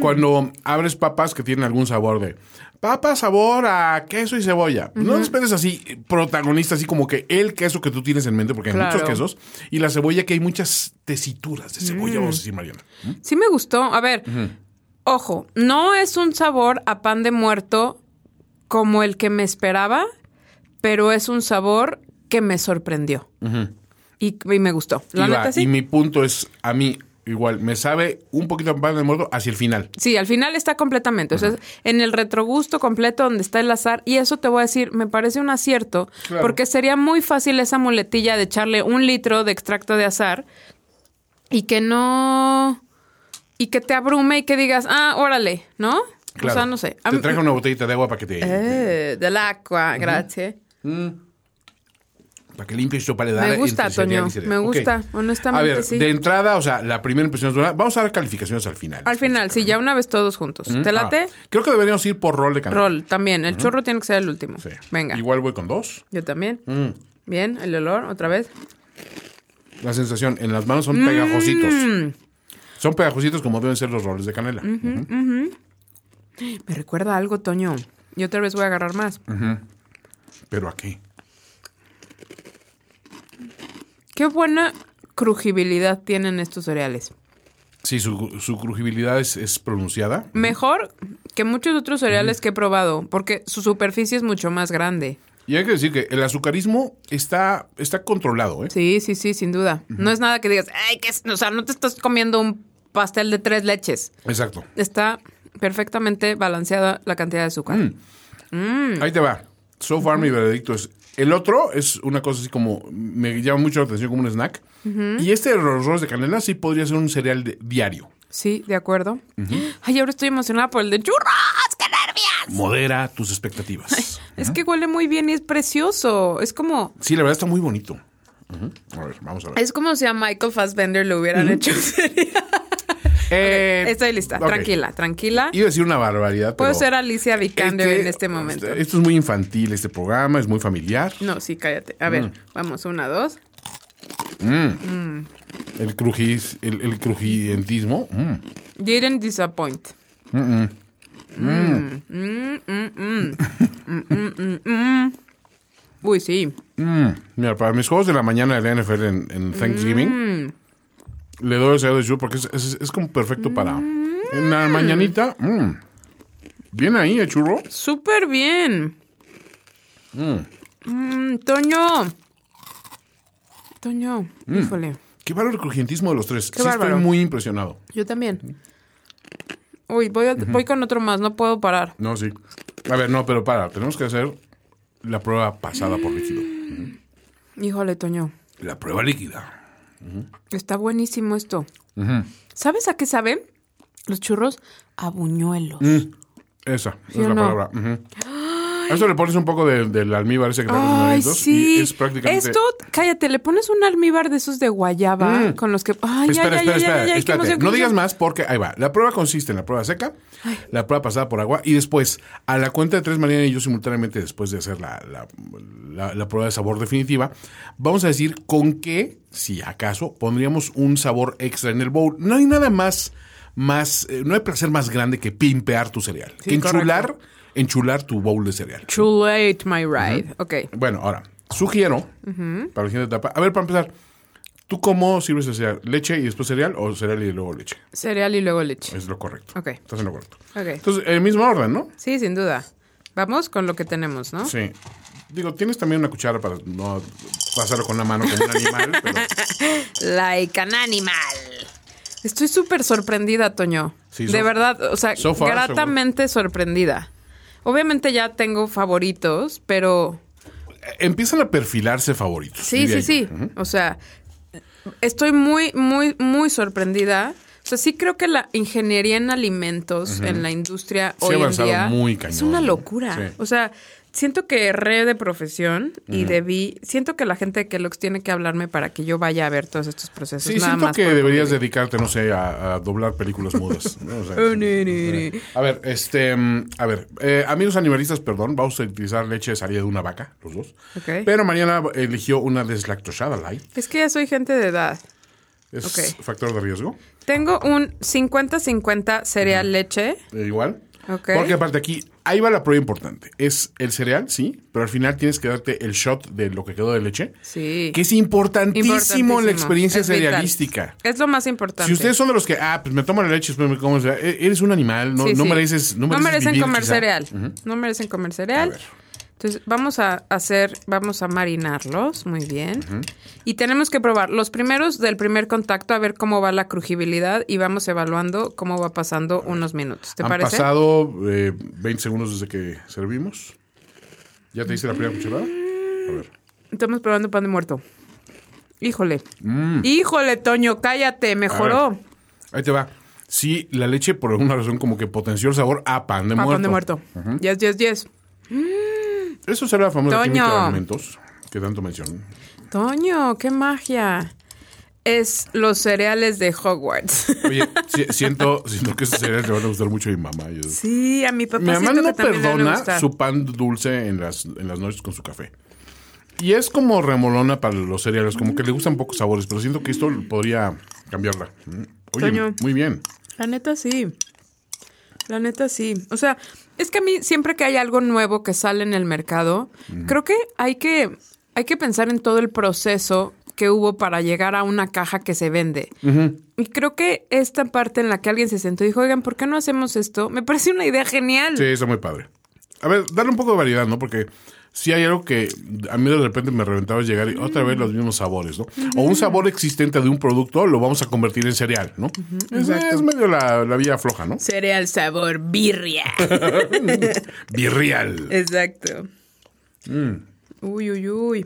[SPEAKER 3] cuando abres papas que tienen algún sabor de papa, sabor a queso y cebolla. No esperes así, eh, protagonista, así como que el queso que tú tienes en mente, porque hay
[SPEAKER 2] Claro.
[SPEAKER 3] muchos quesos, y la cebolla que hay muchas tesituras de cebolla,
[SPEAKER 2] Mm.
[SPEAKER 3] vamos a decir, Mariana.
[SPEAKER 2] Sí me gustó. A ver, ojo, no es un sabor a pan de muerto como el que me esperaba, pero es un sabor que me sorprendió. y, y me gustó. La
[SPEAKER 3] y, va,
[SPEAKER 2] neta sí.
[SPEAKER 3] y mi punto es, a mí, igual, me sabe un poquito a pan de muerto hacia el final.
[SPEAKER 2] Sí, al final está completamente. O sea, en el retrogusto completo donde está el azar. Y eso te voy a decir, me parece un acierto,
[SPEAKER 3] Claro.
[SPEAKER 2] porque sería muy fácil esa muletilla de echarle un litro de extracto de azar y que no. y que te abrume y que digas, ah, órale, ¿no? O
[SPEAKER 3] Claro.
[SPEAKER 2] sea, no sé. A
[SPEAKER 3] Te
[SPEAKER 2] mí-
[SPEAKER 3] traje una botellita de agua para que te...
[SPEAKER 2] Eh, del agua, gracias.
[SPEAKER 3] Para que limpies tu paladar.
[SPEAKER 2] Me gusta,
[SPEAKER 3] entre cereal
[SPEAKER 2] Toño,
[SPEAKER 3] y cereal.
[SPEAKER 2] me
[SPEAKER 3] Ok.
[SPEAKER 2] gusta, honestamente,
[SPEAKER 3] A ver,
[SPEAKER 2] sí.
[SPEAKER 3] de entrada, o sea, la primera impresión es buena. Vamos a dar calificaciones al final.
[SPEAKER 2] Al final, sí, ya una vez todos juntos. ¿Te late?
[SPEAKER 3] Ah, creo que deberíamos ir por rol de canal.
[SPEAKER 2] Rol también. El churro tiene que ser el último.
[SPEAKER 3] Sí.
[SPEAKER 2] Venga.
[SPEAKER 3] Igual voy con dos. Mm.
[SPEAKER 2] Yo también. Bien, el olor, otra vez.
[SPEAKER 3] La sensación en las manos son pegajositos.
[SPEAKER 2] Mm.
[SPEAKER 3] Son pegajositos como deben ser los roles de canela. Ujú.
[SPEAKER 2] Me recuerda a algo, Toño. Yo otra vez voy a agarrar más.
[SPEAKER 3] Pero aquí.
[SPEAKER 2] Qué buena crujibilidad tienen estos cereales.
[SPEAKER 3] Sí, su, su crujibilidad es, es pronunciada.
[SPEAKER 2] Mejor que muchos otros cereales que he probado, porque su superficie es mucho más grande.
[SPEAKER 3] Y hay que decir que el azucarismo está, está controlado, ¿eh?
[SPEAKER 2] Sí, sí, sí, sin duda. No es nada que digas, ay, que o sea, no te estás comiendo un pastel de tres leches.
[SPEAKER 3] Exacto.
[SPEAKER 2] Está perfectamente balanceada la cantidad de azúcar.
[SPEAKER 3] Ahí te va. So far mi veredicto es... El otro es una cosa así como... Me llama mucho la atención como un snack. Y este de los rolls de canela sí podría ser un cereal de- diario.
[SPEAKER 2] Sí, de acuerdo. Ay, ahora estoy emocionada por el de churros, qué nervios.
[SPEAKER 3] Modera tus expectativas.
[SPEAKER 2] Es que huele muy bien y es precioso. Es como,
[SPEAKER 3] Sí, la verdad está muy bonito. Ujú. A ver, vamos a ver.
[SPEAKER 2] es como si a Michael Fassbender le hubieran hecho un cereal.
[SPEAKER 3] Eh,
[SPEAKER 2] Estoy lista,
[SPEAKER 3] ok.
[SPEAKER 2] tranquila, tranquila.
[SPEAKER 3] Iba a decir una barbaridad,
[SPEAKER 2] Puedo
[SPEAKER 3] pero
[SPEAKER 2] ser Alicia Vikander
[SPEAKER 3] este-
[SPEAKER 2] en este momento.
[SPEAKER 3] Esto es muy infantil, este programa, es muy familiar.
[SPEAKER 2] No, sí, cállate. A
[SPEAKER 3] Mm.
[SPEAKER 2] ver, vamos, una, dos.
[SPEAKER 3] El, crujis, el, el crujientismo. mm.
[SPEAKER 2] Didn't disappoint. Mm, mm, mm. Mm, mm, mm, mm. Uy, sí.
[SPEAKER 3] Mm, Mira, para mis juegos de la mañana de la NFL en, en Thanksgiving,
[SPEAKER 2] Mm.
[SPEAKER 3] le doy el cereal de Shure porque es, es- es como perfecto para. En la mañanita, mm. bien ahí el churro.
[SPEAKER 2] Súper bien. Mm, Toño. Toño,
[SPEAKER 3] Mm.
[SPEAKER 2] híjole.
[SPEAKER 3] Qué bárbaro el crujientismo de los tres.
[SPEAKER 2] Qué
[SPEAKER 3] sí,
[SPEAKER 2] bárbaro.
[SPEAKER 3] estoy muy impresionado.
[SPEAKER 2] Yo
[SPEAKER 3] Mm.
[SPEAKER 2] también. Uy, voy, a- voy con otro más, no puedo parar.
[SPEAKER 3] No, sí. A ver, no, pero para, tenemos que hacer la prueba pasada por líquido.
[SPEAKER 2] Híjole, Toño.
[SPEAKER 3] La prueba líquida.
[SPEAKER 2] Está buenísimo esto. ¿Sabes a qué saben? Los churros a buñuelos.
[SPEAKER 3] Esa
[SPEAKER 2] ¿Sí
[SPEAKER 3] es
[SPEAKER 2] o
[SPEAKER 3] la
[SPEAKER 2] no?
[SPEAKER 3] palabra. Ujú. A eso le pones un poco de- del almíbar ese que pones en los
[SPEAKER 2] Ay,
[SPEAKER 3] deditos
[SPEAKER 2] sí.
[SPEAKER 3] y es prácticamente...
[SPEAKER 2] Esto, cállate, le pones un almíbar de esos de guayaba con los que. Ay,
[SPEAKER 3] Mm.
[SPEAKER 2] ay,
[SPEAKER 3] espera, espera,
[SPEAKER 2] ay,
[SPEAKER 3] espera,
[SPEAKER 2] ay, ay, ay, qué
[SPEAKER 3] espérate.
[SPEAKER 2] emoción, qué
[SPEAKER 3] No digas
[SPEAKER 2] emoción.
[SPEAKER 3] más porque ahí va. La prueba consiste en la prueba seca, la prueba pasada por agua y después a la cuenta de tres Mariana y yo simultáneamente después de hacer la, la- la- la prueba de sabor definitiva, vamos a decir con qué, si acaso, pondríamos un sabor extra en el bowl. No hay nada más, más, eh, no hay placer más grande que pimpear tu cereal, que enchular, enchular tu bowl de cereal.
[SPEAKER 2] Too late, my ride. Ok.
[SPEAKER 3] Bueno, ahora, sugiero para la siguiente etapa. A ver, para empezar, ¿tú cómo sirves el cereal? ¿Leche y después cereal o cereal y luego leche?
[SPEAKER 2] Cereal y luego leche.
[SPEAKER 3] Es lo correcto.
[SPEAKER 2] Ok.
[SPEAKER 3] Estás en lo correcto.
[SPEAKER 2] Ok.
[SPEAKER 3] Entonces, el mismo orden, ¿no?
[SPEAKER 2] Sí, sin duda. Vamos con lo que tenemos, ¿no?
[SPEAKER 3] Sí. Digo, tienes también una cuchara para no pasarlo con la mano como un animal, pero eh,
[SPEAKER 2] Like an animal. Estoy súper sorprendida, Toño.
[SPEAKER 3] Sí,
[SPEAKER 2] de
[SPEAKER 3] so-
[SPEAKER 2] verdad, o sea,
[SPEAKER 3] so far,
[SPEAKER 2] gratamente sorprendida. Obviamente ya tengo favoritos, pero
[SPEAKER 3] empiezan a perfilarse favoritos.
[SPEAKER 2] sí,
[SPEAKER 3] diría
[SPEAKER 2] sí,
[SPEAKER 3] yo.
[SPEAKER 2] sí. O sea, estoy muy, muy, muy sorprendida. O sea, sí creo que la ingeniería en alimentos en la industria
[SPEAKER 3] Sí ha
[SPEAKER 2] hoy en
[SPEAKER 3] avanzado
[SPEAKER 2] día
[SPEAKER 3] muy
[SPEAKER 2] es
[SPEAKER 3] cañón,
[SPEAKER 2] una
[SPEAKER 3] ¿no?
[SPEAKER 2] locura.
[SPEAKER 3] Sí.
[SPEAKER 2] O sea, siento que erré de profesión y debí. Siento que la gente de Kellogg's tiene que hablarme para que yo vaya a ver todos estos procesos.
[SPEAKER 3] Sí,
[SPEAKER 2] Pues nada
[SPEAKER 3] siento
[SPEAKER 2] más
[SPEAKER 3] que
[SPEAKER 2] por
[SPEAKER 3] deberías
[SPEAKER 2] convivir.
[SPEAKER 3] dedicarte, no sé, a, a doblar películas mudas. ¿no? O sea,
[SPEAKER 2] Oh, ni, ni, ni.
[SPEAKER 3] a ver, este, mm, a ver, eh, amigos animalistas, perdón, vamos a utilizar leche salida de una vaca, los dos.
[SPEAKER 2] Ok.
[SPEAKER 3] Pero Mariana eligió una deslactosada light.
[SPEAKER 2] Es que ya soy gente de edad.
[SPEAKER 3] Es
[SPEAKER 2] Ok.
[SPEAKER 3] factor de riesgo.
[SPEAKER 2] Tengo un 50-50 cereal leche.
[SPEAKER 3] Eh, igual.
[SPEAKER 2] Ok.
[SPEAKER 3] Porque aparte aquí, ahí va la prueba importante. Es el cereal, sí, pero al final tienes que darte el shot de lo que quedó de leche.
[SPEAKER 2] Sí.
[SPEAKER 3] Que es importantísimo en la experiencia
[SPEAKER 2] Es vital.
[SPEAKER 3] cerealística.
[SPEAKER 2] Es lo más importante.
[SPEAKER 3] Si ustedes son de los que, ah, pues me toman la leche, después me como el cereal, e- eres un animal, no,
[SPEAKER 2] Sí,
[SPEAKER 3] no
[SPEAKER 2] sí.
[SPEAKER 3] mereces. No,
[SPEAKER 2] No
[SPEAKER 3] mereces
[SPEAKER 2] merecen
[SPEAKER 3] vivir,
[SPEAKER 2] comer
[SPEAKER 3] quizá.
[SPEAKER 2] cereal. No merecen comer cereal.
[SPEAKER 3] ver.
[SPEAKER 2] Entonces, vamos a hacer, vamos a marinarlos. Muy bien. Y tenemos que probar los primeros del primer contacto a ver cómo va la crujibilidad y vamos evaluando cómo va pasando unos minutos. ¿Te
[SPEAKER 3] Han
[SPEAKER 2] parece?
[SPEAKER 3] pasado eh, 20 segundos desde que servimos. ¿Ya te hice la primera cucharada? A ver.
[SPEAKER 2] Estamos probando pan de muerto. Híjole. Híjole, Toño, cállate,
[SPEAKER 3] Mm. A
[SPEAKER 2] mejoró.
[SPEAKER 3] ver, Ahí te va. Sí, la leche por alguna razón como que potenció el sabor a pan de
[SPEAKER 2] Ah,
[SPEAKER 3] muerto.
[SPEAKER 2] pan de muerto. Yes, yes, yes.
[SPEAKER 3] Eso será la famosa
[SPEAKER 2] Toño.
[SPEAKER 3] química de alimentos que tanto mencionan.
[SPEAKER 2] Toño, qué magia. Es los cereales de Hogwarts.
[SPEAKER 3] Oye, si- siento, siento que esos cereales le van a gustar mucho a mi mamá. Yo-
[SPEAKER 2] Sí, a mi papá
[SPEAKER 3] mi mamá
[SPEAKER 2] pues siento que
[SPEAKER 3] no
[SPEAKER 2] también le debe
[SPEAKER 3] perdona
[SPEAKER 2] gustar.
[SPEAKER 3] su pan dulce en las, en las noches con su café. Y es como remolona para los cereales, como que le gustan pocos sabores, pero siento que esto podría cambiarla. Mm. Oye,
[SPEAKER 2] Toño.
[SPEAKER 3] muy bien.
[SPEAKER 2] La neta sí. La neta sí. O sea, es que a mí siempre que hay algo nuevo que sale en el mercado, creo que hay que hay que pensar en todo el proceso que hubo para llegar a una caja que se vende. Y creo que esta parte en la que alguien se sentó y dijo, oigan, ¿por qué no hacemos esto? Me parece una idea genial.
[SPEAKER 3] Sí, está muy padre. A ver, darle un poco de variedad, ¿no? Porque si hay algo que a mí de repente me reventaba llegar y otra vez los mismos sabores, ¿no? O un sabor existente de un producto lo vamos a convertir en cereal, ¿no? es, es medio la, la vía floja, ¿no?
[SPEAKER 2] Cereal sabor birria. Eh,
[SPEAKER 3] Virreal.
[SPEAKER 2] Exacto. Uy, uy, uy.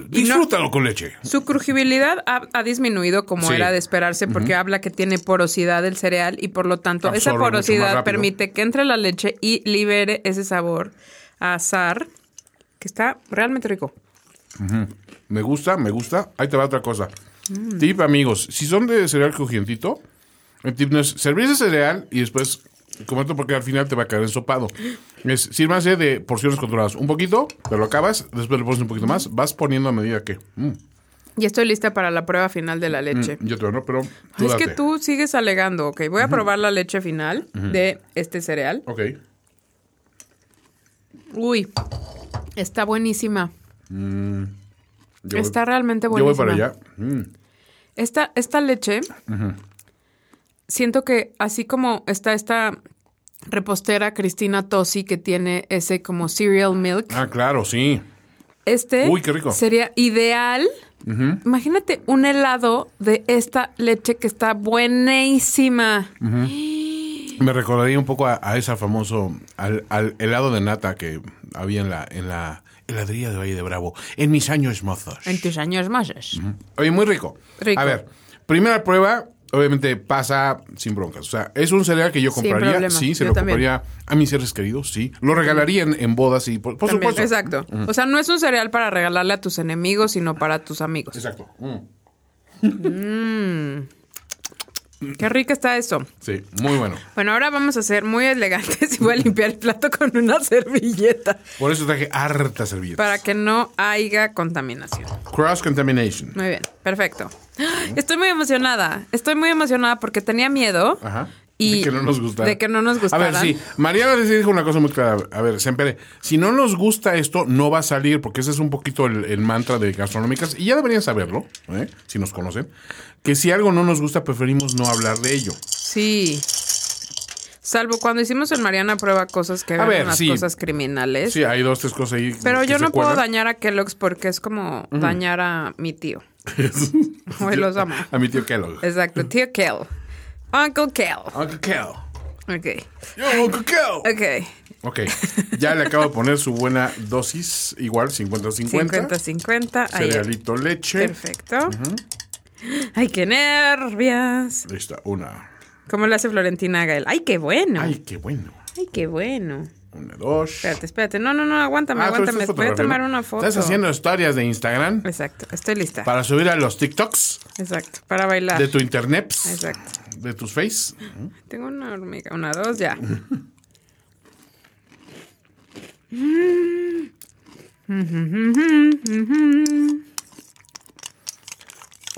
[SPEAKER 2] Y no-
[SPEAKER 3] Disfrútalo con leche.
[SPEAKER 2] Su crujibilidad ha, ha disminuido como
[SPEAKER 3] Sí.
[SPEAKER 2] era de esperarse porque habla que tiene porosidad del cereal y por lo tanto esa
[SPEAKER 3] Absorbe mucho más
[SPEAKER 2] porosidad
[SPEAKER 3] rápido.
[SPEAKER 2] permite que entre la leche y libere ese sabor a azar que está realmente rico.
[SPEAKER 3] Me gusta, me gusta. Ahí te va otra cosa. Tip, amigos. Si son de cereal crujientito, el tip no es servirse cereal y después comento porque al final te va a quedar ensopado. Es sírvanse de porciones controladas. Un poquito, pero lo acabas, después le pones un poquito más, vas poniendo a medida que. Mm,
[SPEAKER 2] Y estoy lista para la prueba final de la leche.
[SPEAKER 3] yo te lo no, pero.
[SPEAKER 2] Ay,
[SPEAKER 3] Mm, tú
[SPEAKER 2] es que
[SPEAKER 3] date.
[SPEAKER 2] tú sigues alegando, ok. Voy a probar la leche final de este cereal.
[SPEAKER 3] Ok.
[SPEAKER 2] Uy, está buenísima.
[SPEAKER 3] Mm, yo
[SPEAKER 2] está
[SPEAKER 3] voy-
[SPEAKER 2] realmente
[SPEAKER 3] Yo
[SPEAKER 2] buenísima.
[SPEAKER 3] voy para allá. Mm,
[SPEAKER 2] Esta, esta leche, siento que así como está esta repostera Cristina Tosi que tiene ese como cereal milk,
[SPEAKER 3] Ah, claro, sí.
[SPEAKER 2] este
[SPEAKER 3] uy, qué rico.
[SPEAKER 2] sería ideal. Imagínate un helado de esta leche que está buenísima.
[SPEAKER 3] Mm. Me recordaría un poco a, a esa famoso al, al helado de nata que había en la, en la heladería de Valle de Bravo en mis años mozos.
[SPEAKER 2] En tus años más.
[SPEAKER 3] Oye, muy rico.
[SPEAKER 2] Rico.
[SPEAKER 3] A ver, primera prueba, obviamente pasa sin broncas. O sea, es un cereal que yo
[SPEAKER 2] Sin
[SPEAKER 3] compraría,
[SPEAKER 2] problema.
[SPEAKER 3] sí, se
[SPEAKER 2] Yo
[SPEAKER 3] lo
[SPEAKER 2] también.
[SPEAKER 3] compraría a mis seres queridos, sí. Lo regalaría en, en bodas y por, por
[SPEAKER 2] También,
[SPEAKER 3] supuesto. Mm.
[SPEAKER 2] Exacto. O sea, no es un cereal para regalarle a tus enemigos, sino para tus amigos.
[SPEAKER 3] Exacto. Mm.
[SPEAKER 2] Qué rico está eso.
[SPEAKER 3] Sí, muy bueno.
[SPEAKER 2] Bueno, ahora vamos a ser muy elegantes y voy a limpiar el plato con una servilleta
[SPEAKER 3] Por eso traje harta servilletas.
[SPEAKER 2] para que no haya contaminación.
[SPEAKER 3] Cross contamination.
[SPEAKER 2] Muy bien, perfecto. ¡Ah! Estoy muy emocionada. Estoy muy emocionada porque tenía miedo.
[SPEAKER 3] Ajá.
[SPEAKER 2] Y
[SPEAKER 3] de que no nos gustara.
[SPEAKER 2] De que no nos
[SPEAKER 3] A
[SPEAKER 2] gustaran.
[SPEAKER 3] ver, sí. Mariana les dijo una cosa muy clara. A ver, Sempere, si no nos gusta esto, no va a salir, porque ese es un poquito el, el mantra de gastronómicas. Y ya deberían saberlo, ¿eh? si nos conocen, que si algo no nos gusta, preferimos no hablar de ello.
[SPEAKER 2] Sí. Salvo cuando hicimos en Mariana Prueba cosas que
[SPEAKER 3] A
[SPEAKER 2] eran
[SPEAKER 3] ver,
[SPEAKER 2] unas
[SPEAKER 3] sí.
[SPEAKER 2] cosas criminales.
[SPEAKER 3] Sí, hay dos, tres cosas ahí.
[SPEAKER 2] Pero
[SPEAKER 3] que
[SPEAKER 2] yo
[SPEAKER 3] se
[SPEAKER 2] no puedo
[SPEAKER 3] cuadran.
[SPEAKER 2] dañar a Kellogg's porque es como dañar a mi tío. Hoy los amo.
[SPEAKER 3] A mi tío Kellogg.
[SPEAKER 2] Exacto, tío Kell. Uncle Kell.
[SPEAKER 3] Uncle Kell.
[SPEAKER 2] Ok.
[SPEAKER 3] Yo, Uncle Kell.
[SPEAKER 2] Ok.
[SPEAKER 3] Ok, ya le acabo de poner su buena dosis, igual 50-50.
[SPEAKER 2] 50-50. Ahí es.
[SPEAKER 3] Cerealito leche.
[SPEAKER 2] Perfecto. Ay, qué nervias.
[SPEAKER 3] Ahí está, una.
[SPEAKER 2] ¿Cómo lo hace Florentina a Gael? Ay, qué bueno. Ay,
[SPEAKER 3] Ay, qué bueno.
[SPEAKER 2] qué bueno.
[SPEAKER 3] Una, dos.
[SPEAKER 2] Espérate, espérate. No, no, no, aguántame,
[SPEAKER 3] Ah, tú estás
[SPEAKER 2] aguántame. Voy a
[SPEAKER 3] fotografiando.
[SPEAKER 2] tomar una foto.
[SPEAKER 3] Estás haciendo historias de Instagram
[SPEAKER 2] Exacto, estoy lista.
[SPEAKER 3] para subir a los TikToks
[SPEAKER 2] Exacto, para bailar.
[SPEAKER 3] de tu internet,
[SPEAKER 2] Exacto.
[SPEAKER 3] de tus face.
[SPEAKER 2] Tengo una hormiga, una, dos, ya.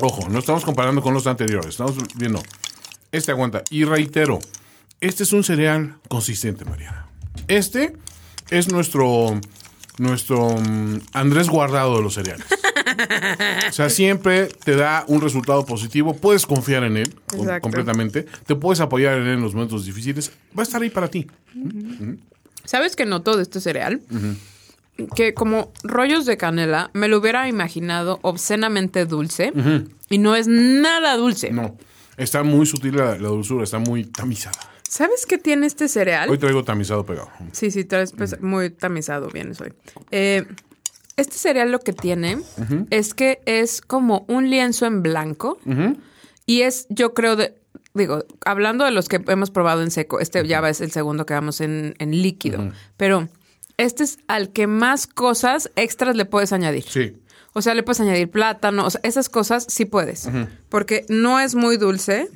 [SPEAKER 3] Ojo, no estamos comparando con los anteriores, estamos viendo. Este aguanta. Y reitero, este es un cereal consistente, Mariana. Este es nuestro, nuestro mm, Andrés Guardado de los cereales. O sea, siempre te da un resultado positivo, puedes confiar en él com-
[SPEAKER 2] Exacto.
[SPEAKER 3] completamente, te puedes apoyar en él en los momentos difíciles, va a estar ahí para ti.
[SPEAKER 2] ¿Sabes que noto de este cereal? Que como rollos de canela, me lo hubiera imaginado obscenamente dulce. Y no es nada dulce.
[SPEAKER 3] No, está muy sutil la, la dulzura, está muy tamizada.
[SPEAKER 2] ¿Sabes qué tiene este cereal?
[SPEAKER 3] Hoy traigo tamizado pegado.
[SPEAKER 2] Sí, sí, traes pues, muy tamizado, bien soy. Eh, este cereal lo que tiene es que es como un lienzo en blanco y es, yo creo, de, digo, hablando de los que hemos probado en seco, este ya va- es el segundo que vamos en, en líquido, pero este es al que más cosas extras le puedes añadir.
[SPEAKER 3] Sí.
[SPEAKER 2] O sea, le puedes añadir plátano, o sea, esas cosas sí puedes, porque no es muy dulce.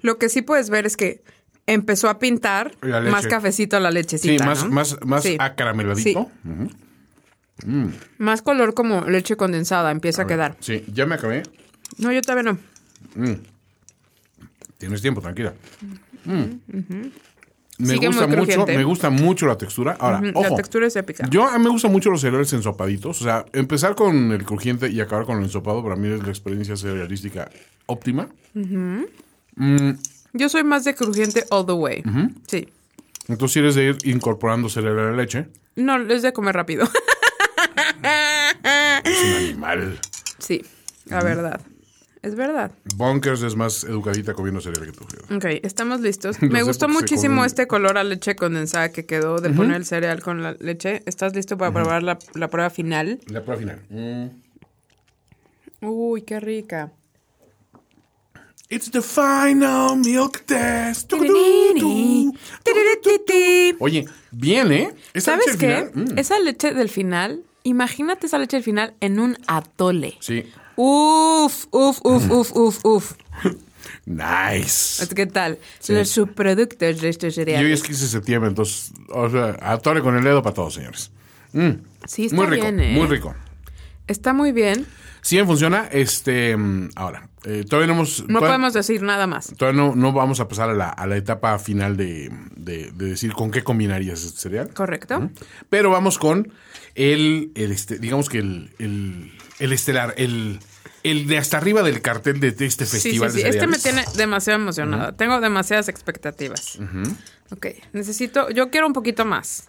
[SPEAKER 2] Lo que sí puedes ver es que empezó a pintar
[SPEAKER 3] Y la
[SPEAKER 2] más
[SPEAKER 3] leche.
[SPEAKER 2] cafecito a la
[SPEAKER 3] Sí,
[SPEAKER 2] lechecita.
[SPEAKER 3] más,
[SPEAKER 2] ¿no?
[SPEAKER 3] más, más
[SPEAKER 2] Sí.
[SPEAKER 3] acarameladito.
[SPEAKER 2] Sí. Más color como leche condensada empieza a, quedar.
[SPEAKER 3] Sí, ya me acabé.
[SPEAKER 2] No, yo todavía no.
[SPEAKER 3] Tienes tiempo, tranquila. Mm. Me
[SPEAKER 2] Sigue
[SPEAKER 3] gusta
[SPEAKER 2] muy
[SPEAKER 3] mucho,
[SPEAKER 2] crujiente.
[SPEAKER 3] me gusta mucho la textura. Ahora,
[SPEAKER 2] Ujú,
[SPEAKER 3] ojo.
[SPEAKER 2] La textura es épica.
[SPEAKER 3] Yo a mí me gustan mucho los cereales ensopaditos. O sea, empezar con el crujiente y acabar con el ensopado para mí es la experiencia cerealística óptima.
[SPEAKER 2] Yo soy más de crujiente all the way. Sí.
[SPEAKER 3] Entonces, si eres de ir incorporando cereal a la leche,
[SPEAKER 2] No, es de comer rápido.
[SPEAKER 3] es un animal.
[SPEAKER 2] sí, la verdad. Es verdad.
[SPEAKER 3] Bunkers es más educadita comiendo cereal que tú. fíjate.
[SPEAKER 2] Ok, estamos listos.
[SPEAKER 3] No
[SPEAKER 2] Me
[SPEAKER 3] sé
[SPEAKER 2] gustó
[SPEAKER 3] por qué se
[SPEAKER 2] muchísimo
[SPEAKER 3] comen.
[SPEAKER 2] este color a leche condensada que quedó de poner el cereal con la leche. ¿Estás listo para probar la, la prueba final?
[SPEAKER 3] La prueba final. Mm.
[SPEAKER 2] Uy, qué rica.
[SPEAKER 3] It's the final milk test. Oye, bien, ¿eh? Esa
[SPEAKER 2] ¿Sabes
[SPEAKER 3] leche
[SPEAKER 2] qué?
[SPEAKER 3] al final, mm.
[SPEAKER 2] Esa leche del final, imagínate esa leche del final en un atole.
[SPEAKER 3] Sí.
[SPEAKER 2] Uf, uf,
[SPEAKER 3] Mm.
[SPEAKER 2] uf, uf, uf, uf.
[SPEAKER 3] Nice.
[SPEAKER 2] ¿Qué tal? Los subproductos de este estos
[SPEAKER 3] Y hoy
[SPEAKER 2] cereales.
[SPEAKER 3] es 15 de septiembre, entonces, o sea, atole con el dedo para todos, señores.
[SPEAKER 2] Sí, está
[SPEAKER 3] muy rico,
[SPEAKER 2] bien, ¿eh?
[SPEAKER 3] muy rico.
[SPEAKER 2] Está muy bien.
[SPEAKER 3] Si bien funciona, este, mm, ahora, eh, todavía no hemos...
[SPEAKER 2] No
[SPEAKER 3] todavía-
[SPEAKER 2] podemos decir nada más.
[SPEAKER 3] Todavía no, no vamos a pasar a la, a la etapa final de, de- de decir con qué combinarías este cereal.
[SPEAKER 2] ¿Correcto?
[SPEAKER 3] Pero vamos con el, el este, digamos que el, el, el estelar, el, el de hasta arriba del cartel de, de este
[SPEAKER 2] Sí,
[SPEAKER 3] festival
[SPEAKER 2] sí, sí.
[SPEAKER 3] de
[SPEAKER 2] Este me
[SPEAKER 3] cereales.
[SPEAKER 2] tiene demasiado emocionada. Tengo demasiadas expectativas. Ok, necesito... Yo quiero un poquito más.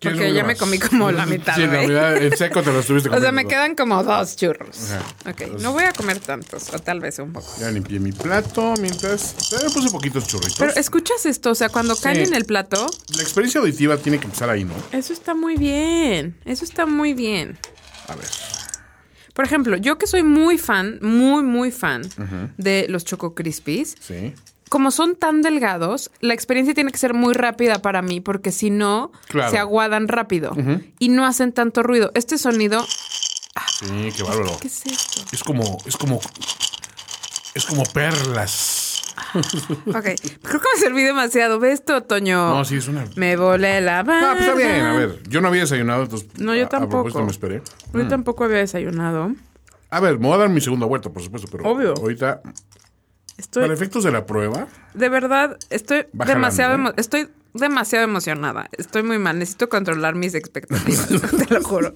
[SPEAKER 3] ¿Quieres
[SPEAKER 2] Porque
[SPEAKER 3] un
[SPEAKER 2] ya
[SPEAKER 3] poquito
[SPEAKER 2] me
[SPEAKER 3] más?
[SPEAKER 2] comí como la mitad.
[SPEAKER 3] Sí, la
[SPEAKER 2] güey.
[SPEAKER 3] mitad, el seco te lo estuviste
[SPEAKER 2] O sea,
[SPEAKER 3] comiendo.
[SPEAKER 2] me quedan como dos churros.
[SPEAKER 3] Ajá.
[SPEAKER 2] Ok, no voy a comer tantos, o tal vez un poco.
[SPEAKER 3] Ya limpié mi plato, mientras... eh, puse poquitos churritos.
[SPEAKER 2] Pero escuchas esto, o sea, cuando caen en el plato,
[SPEAKER 3] La experiencia auditiva tiene que empezar ahí, ¿no?
[SPEAKER 2] eso está muy bien. Eso está muy bien.
[SPEAKER 3] A ver.
[SPEAKER 2] Por ejemplo, yo que soy muy fan, muy, muy fan de los Choco Crispies,
[SPEAKER 3] Sí.
[SPEAKER 2] como son tan delgados, la experiencia tiene que ser muy rápida para mí, porque si no,
[SPEAKER 3] Claro.
[SPEAKER 2] se aguadan rápido y no hacen tanto ruido. Este sonido,
[SPEAKER 3] Sí, qué bárbaro.
[SPEAKER 2] ¿qué es esto?
[SPEAKER 3] Es como, es como, es como perlas.
[SPEAKER 2] Ok, creo que me serví demasiado. ¿Ves esto, Toño?
[SPEAKER 3] No, sí, es una.
[SPEAKER 2] Me volé la mano.
[SPEAKER 3] Ah, pues está bien. A ver, Mm. yo no había desayunado, entonces.
[SPEAKER 2] No, yo
[SPEAKER 3] a- A propósito
[SPEAKER 2] tampoco.
[SPEAKER 3] me esperé.
[SPEAKER 2] Yo tampoco había desayunado.
[SPEAKER 3] A ver, me voy a dar mi segunda vuelta, por supuesto, pero.
[SPEAKER 2] Obvio.
[SPEAKER 3] Ahorita,
[SPEAKER 2] Estoy,
[SPEAKER 3] para efectos de la prueba,
[SPEAKER 2] de verdad, estoy
[SPEAKER 3] Va
[SPEAKER 2] demasiado,
[SPEAKER 3] jalando,
[SPEAKER 2] emo- estoy demasiado emocionada. Estoy muy mal. Necesito controlar mis expectativas. te lo juro.